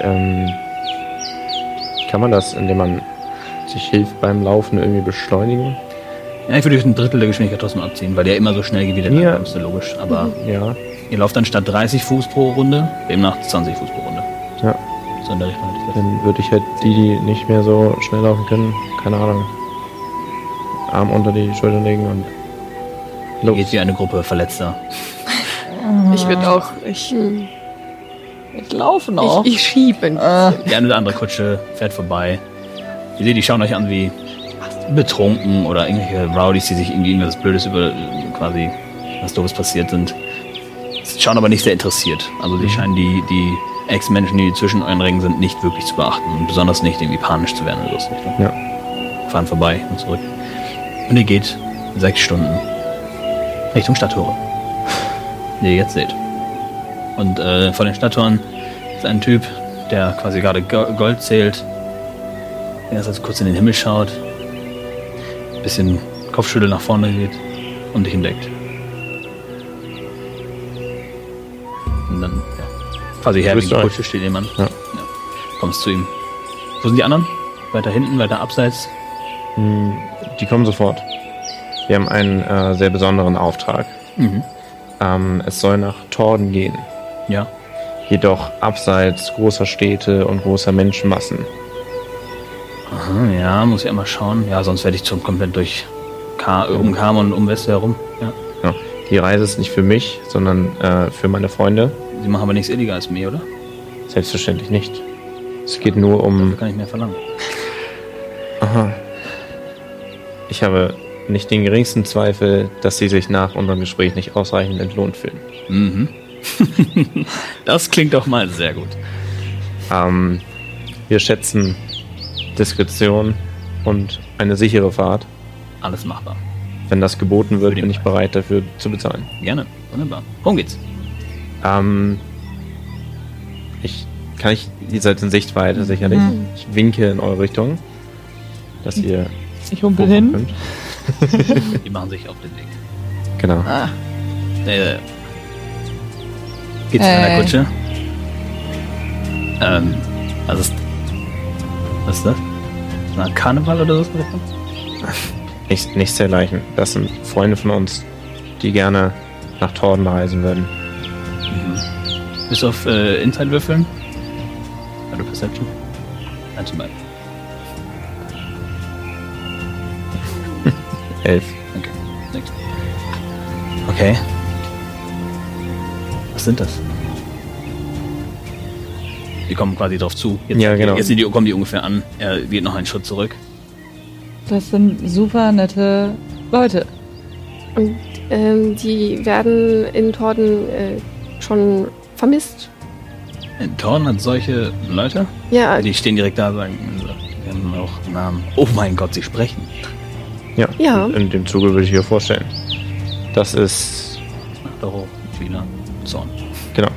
[SPEAKER 2] Ähm, kann man das, indem man sich Hilfe beim Laufen irgendwie beschleunigen?
[SPEAKER 3] Ja, ich würde euch ein Drittel der Geschwindigkeit trotzdem abziehen, weil ihr immer so schnell gewidert
[SPEAKER 2] Ja.
[SPEAKER 3] ja. logisch. Aber
[SPEAKER 2] Ja.
[SPEAKER 3] ihr lauft dann statt 30 Fuß pro Runde, demnach 20 Fuß pro Runde.
[SPEAKER 2] Ja.
[SPEAKER 3] So in der Richtung hätte ich das.
[SPEAKER 2] Dann würde ich halt die, die nicht mehr so schnell laufen können, keine Ahnung, Arm unter die Schulter legen und
[SPEAKER 3] Ihr
[SPEAKER 2] los.
[SPEAKER 3] Geht wie eine Gruppe Verletzter.
[SPEAKER 6] Ich würde auch. Ich,
[SPEAKER 5] Ah.
[SPEAKER 4] hm.
[SPEAKER 5] Ich laufe noch.
[SPEAKER 6] ich, ich schiebe. ein
[SPEAKER 5] äh,
[SPEAKER 3] Die eine oder andere Kutsche fährt vorbei. Ihr seht, die schauen euch an wie betrunken oder irgendwelche Rowdies, die sich irgendwie irgendwas Blödes über quasi was Doofes passiert sind. Sie schauen aber nicht sehr interessiert. Also
[SPEAKER 2] Mhm.
[SPEAKER 3] die scheinen die, die Ex-Menschen, die zwischen euren Rängen sind, nicht wirklich zu beachten. Und besonders nicht irgendwie panisch zu werden oder so.
[SPEAKER 2] Ja.
[SPEAKER 3] Fahren vorbei und zurück. Und ihr geht sechs Stunden Richtung Stadttore. Die ihr jetzt seht. Und äh, vor den Stadttoren ist ein Typ, der quasi gerade Go- Gold zählt. Er erst also kurz in den Himmel schaut, ein bisschen Kopfschüttel nach vorne geht und dich entdeckt. Und dann ja, quasi her, wie
[SPEAKER 2] Grüßt
[SPEAKER 3] die
[SPEAKER 2] euch.
[SPEAKER 3] Kutsche steht jemand.
[SPEAKER 2] Ja.
[SPEAKER 3] Kommst zu ihm. Wo sind die anderen? Weiter hinten, weiter abseits.
[SPEAKER 2] Hm, Die kommen sofort. Wir haben einen äh, sehr besonderen Auftrag.
[SPEAKER 3] Mhm.
[SPEAKER 2] Ähm, es soll nach Torden gehen,
[SPEAKER 3] Ja.
[SPEAKER 2] jedoch abseits großer Städte und großer Menschenmassen.
[SPEAKER 3] Aha, Ah, ja, muss ich einmal schauen. Ja, sonst werde ich zum komplett durch K um Karm und um Weste herum. Ja.
[SPEAKER 2] Ja. Die Reise ist nicht für mich, sondern äh, für meine Freunde.
[SPEAKER 3] Sie machen aber nichts Illegales mit mir, oder?
[SPEAKER 2] Selbstverständlich nicht. Es geht nur um
[SPEAKER 3] Da kann ich mehr verlangen.
[SPEAKER 2] Aha. Ich habe nicht den geringsten Zweifel, dass Sie sich nach unserem Gespräch nicht ausreichend entlohnt fühlen.
[SPEAKER 3] *laughs* Mhm. das klingt doch mal sehr gut.
[SPEAKER 2] Ähm, wir schätzen Diskretion und eine sichere Fahrt.
[SPEAKER 3] Alles machbar.
[SPEAKER 2] Wenn das geboten wird, bin ich bereit dafür zu bezahlen.
[SPEAKER 3] Gerne. Wunderbar. Worum geht's?
[SPEAKER 2] Ähm, ich kann ich, ihr seid in Sichtweite sicherlich. Ich winke in eure Richtung, dass ihr
[SPEAKER 5] ich humpel hin.
[SPEAKER 2] könnt.
[SPEAKER 3] Die machen sich auf den Weg.
[SPEAKER 2] Genau.
[SPEAKER 5] Ah,
[SPEAKER 3] Äh, geht's in der
[SPEAKER 5] Äh.
[SPEAKER 3] Kutsche? Ähm, was ist. Was ist das? Ist das ein Karneval oder so?
[SPEAKER 2] Nichts, nichts dergleichen. Das sind Freunde von uns, die gerne nach Torden reisen würden.
[SPEAKER 3] Bis auf äh, Inside würfeln? Oder Perception? Eins und beiden.
[SPEAKER 2] Elf.
[SPEAKER 3] Okay. Next. Okay. Was sind das? Die kommen quasi drauf zu. Jetzt,
[SPEAKER 2] Ja, genau.
[SPEAKER 3] jetzt sind die, kommen die ungefähr an. Er geht noch einen Schritt zurück.
[SPEAKER 5] das sind super nette Leute.
[SPEAKER 4] Ähm, die werden in Torden äh, schon vermisst.
[SPEAKER 3] Ein Torn hat solche Leute.
[SPEAKER 4] Ja,
[SPEAKER 3] Die stehen direkt da und sagen, wir haben auch einen Namen. Oh mein Gott, sie sprechen.
[SPEAKER 2] Ja.
[SPEAKER 4] Ja.
[SPEAKER 2] Und in dem Zuge würde ich mir vorstellen. Das ist.
[SPEAKER 3] Doro, Fila, Zorn.
[SPEAKER 2] Genau.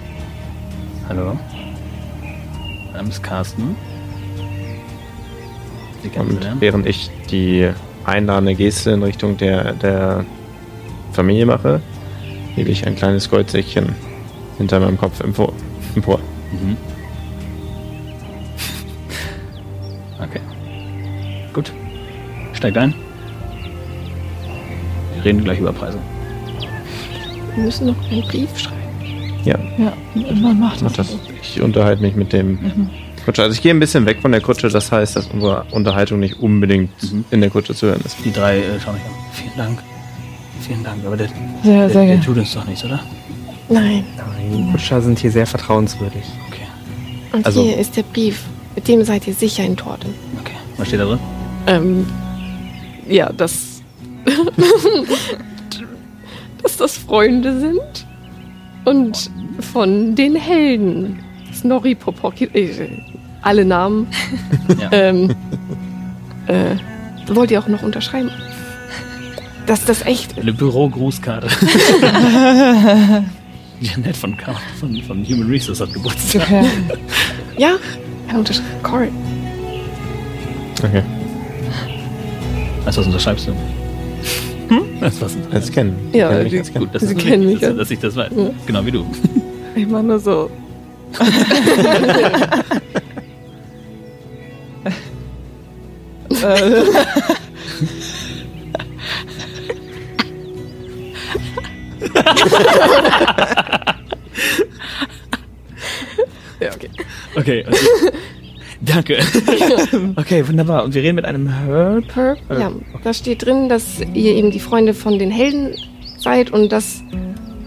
[SPEAKER 3] Hallo. Mein Name ist Carsten. Sie
[SPEAKER 2] Und
[SPEAKER 3] kennenzulernen.
[SPEAKER 2] während ich die einladende Geste in Richtung der, der Familie mache, hebe ich ein kleines Goldsäckchen hinter meinem Kopf empor. empor.
[SPEAKER 3] Mhm. Okay. Gut. Steigt ein. Wir reden gleich über Preise.
[SPEAKER 4] wir müssen noch einen Brief schreiben.
[SPEAKER 2] Ja,
[SPEAKER 5] Ja, man macht das.
[SPEAKER 2] mach das. Ich unterhalte mich mit dem
[SPEAKER 3] Mhm.
[SPEAKER 2] Kutscher. Also ich gehe ein bisschen weg von der Kutsche, das heißt, dass unsere Unterhaltung nicht unbedingt
[SPEAKER 3] Mhm.
[SPEAKER 2] in der Kutsche zu hören ist.
[SPEAKER 3] Die drei äh, schauen mich an. Vielen Dank. Vielen Dank. Aber der,
[SPEAKER 5] Sehr,
[SPEAKER 3] der,
[SPEAKER 5] sehr
[SPEAKER 3] der
[SPEAKER 5] gerne.
[SPEAKER 3] tut uns doch nichts, oder?
[SPEAKER 4] Nein.
[SPEAKER 8] Nein, Kutscher sind hier sehr vertrauenswürdig.
[SPEAKER 3] Okay.
[SPEAKER 4] Und
[SPEAKER 8] Also-
[SPEAKER 4] hier ist der Brief. Mit dem seid ihr sicher in Torden.
[SPEAKER 3] Okay. Was steht da drin?
[SPEAKER 6] Ähm, ja, dass,
[SPEAKER 4] *laughs* Dass das Freunde sind und von den Helden. Snorri Popoki. Äh, alle Namen.
[SPEAKER 3] Ja.
[SPEAKER 4] *laughs* ähm, äh, wollt ihr auch noch unterschreiben? Dass das echt ist.
[SPEAKER 3] Eine
[SPEAKER 5] *laughs*
[SPEAKER 3] Büro-Grußkarte. Janet von, Ka- von, von Human Resources hat Geburtstag.
[SPEAKER 5] Okay.
[SPEAKER 4] Ja? Dann unterschreiben. Cory.
[SPEAKER 2] Okay.
[SPEAKER 3] Weißt du, was unterschreibst du? Hm?
[SPEAKER 5] Hm?
[SPEAKER 3] Weißt du, was unterschreibst
[SPEAKER 2] Als kennen.
[SPEAKER 4] Ja,
[SPEAKER 2] Kennen mich
[SPEAKER 4] die-
[SPEAKER 2] als kennen.
[SPEAKER 3] Gut, das
[SPEAKER 4] Sie
[SPEAKER 3] ist
[SPEAKER 4] kennen
[SPEAKER 3] wichtig,
[SPEAKER 4] mich,
[SPEAKER 3] dass,
[SPEAKER 4] ja.
[SPEAKER 3] dass ich das weiß. Genau wie du.
[SPEAKER 6] ich mache nur so.
[SPEAKER 5] äh,
[SPEAKER 6] Ja, okay.
[SPEAKER 3] *laughs* Okay, okay. *laughs* Danke. *laughs* okay, wunderbar. Und wir reden mit einem Herb.
[SPEAKER 4] Perp. Ja, da steht drin, dass ihr eben die Freunde von den Helden seid und dass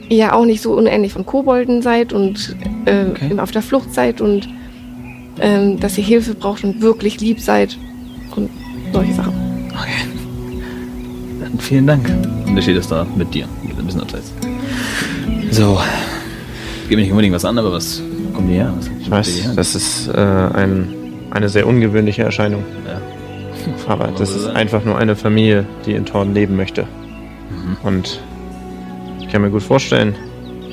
[SPEAKER 4] ihr auch nicht so unähnlich von Kobolden seid und äh,
[SPEAKER 3] Okay.
[SPEAKER 4] eben auf der Flucht seid und ähm, dass ihr Hilfe braucht und wirklich lieb seid und solche Sachen.
[SPEAKER 3] Okay. Dann vielen Dank. Und da steht es da mit dir. Ein bisschen abseits. So. Gib mir nicht unbedingt was an, aber was kommt dir her? Was
[SPEAKER 2] Ich weiß, das ist äh, ein, eine sehr ungewöhnliche Erscheinung.
[SPEAKER 3] Ja.
[SPEAKER 2] Aber das ist einfach nur eine Familie, die in Thorn leben möchte. Und ich kann mir gut vorstellen,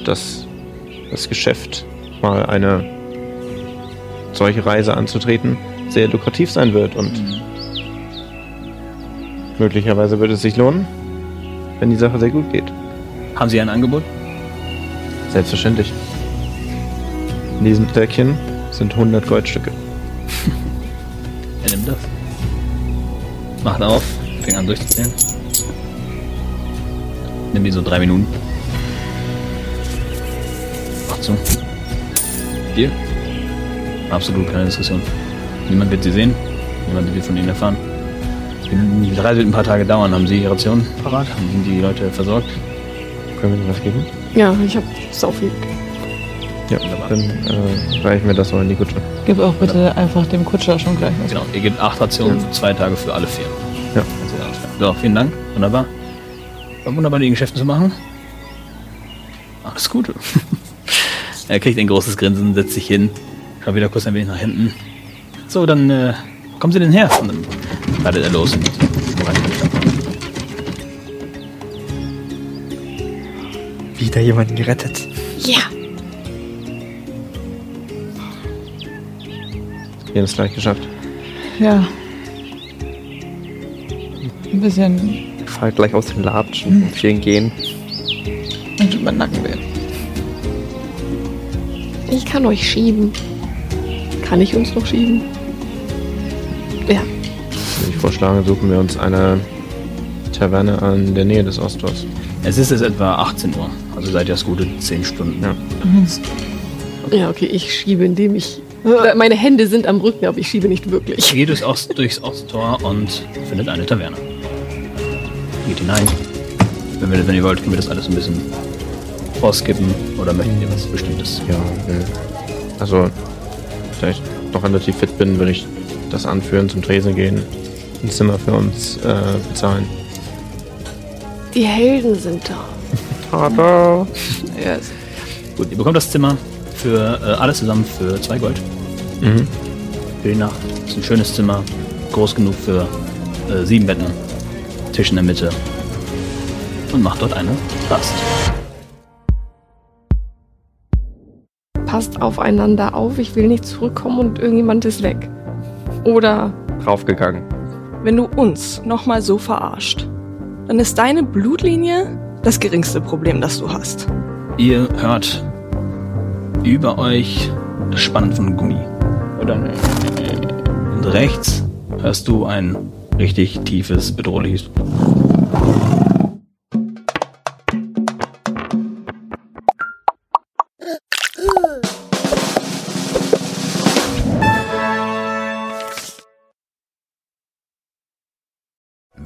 [SPEAKER 2] dass das Geschäft, mal eine solche Reise anzutreten, sehr lukrativ sein wird. Und möglicherweise wird es sich lohnen, wenn die Sache sehr gut geht.
[SPEAKER 3] Haben Sie ein Angebot?
[SPEAKER 2] Selbstverständlich. In diesem Päckchen sind 100 Goldstücke.
[SPEAKER 3] Er nimmt das. Macht auf. Fing an durchzuzählen. Nimm die so drei Minuten. Macht zu. Hier. Absolut keine Diskussion. Niemand wird sie sehen. Niemand wird von ihnen erfahren. Die Reise wird ein paar Tage dauern. Haben Sie Ihre Ration parat? Haben Ihnen die Leute versorgt?
[SPEAKER 2] Können wir Ihnen was geben?
[SPEAKER 4] Ja, ich habe so viel.
[SPEAKER 2] Ja, dann äh, reichen wir das noch in die Kutsche.
[SPEAKER 5] Gib auch bitte einfach dem Kutscher schon gleich was.
[SPEAKER 3] Genau. Ihr gebt acht Rationen, zwei Tage für alle vier.
[SPEAKER 2] Ja.
[SPEAKER 3] Also, ja, alles klar. So, vielen Dank. Wunderbar. War wunderbar, die Geschäfte zu machen. Alles Gute. *laughs* er kriegt ein großes Grinsen, setzt sich hin, schaut wieder kurz ein wenig nach hinten. So, dann äh, kommen Sie denn her? Und dann leitet er los.
[SPEAKER 8] Wieder jemanden gerettet.
[SPEAKER 4] Ja.
[SPEAKER 2] Wir haben es gleich geschafft.
[SPEAKER 5] Ja. Ein bisschen.
[SPEAKER 8] Ich fahr gleich aus den Latschen. Mhm. Vielen gehen.
[SPEAKER 5] Dann tut mein Nacken weh.
[SPEAKER 4] Ich kann euch schieben. Kann ich uns noch schieben? Ja.
[SPEAKER 2] Würde ich vorschlagen, suchen wir uns eine Taverne an der Nähe des Osttors.
[SPEAKER 3] Es ist jetzt etwa 18 Uhr, also seid ihr das gute 10 Stunden.
[SPEAKER 2] Ja.
[SPEAKER 4] Ja, okay, ich schiebe, indem ich. Meine Hände sind am Rücken, aber ich schiebe nicht
[SPEAKER 3] Ihr
[SPEAKER 4] wirklich.
[SPEAKER 3] geht durchs, Ost, durchs Osttor und findet eine Taverne. Geht hinein. Wenn, wir, wenn ihr wollt, können wir das alles ein bisschen vorskippen oder möchtet ihr was Bestimmtes?
[SPEAKER 2] Ja, äh, also, da ich noch relativ fit bin, würde ich das anführen, zum Tresen gehen, ein Zimmer für uns äh, bezahlen.
[SPEAKER 4] Die Helden sind da.
[SPEAKER 8] Hallo.
[SPEAKER 6] Yes.
[SPEAKER 3] Gut, ihr bekommt das Zimmer für äh, alles zusammen für zwei Gold.
[SPEAKER 2] Mhm.
[SPEAKER 3] Für die Nacht. Ist ein schönes Zimmer, groß genug für äh, sieben Betten, Tisch in der Mitte und macht dort eine Rast.
[SPEAKER 4] Passt aufeinander auf, ich will nicht zurückkommen und irgendjemand ist weg. Oder.
[SPEAKER 8] Draufgegangen.
[SPEAKER 6] Wenn du uns nochmal so verarscht, dann ist deine Blutlinie das geringste Problem, das du hast.
[SPEAKER 3] Ihr hört über euch das Spannen von Gummi. Oder Und rechts hörst du ein richtig tiefes, bedrohliches.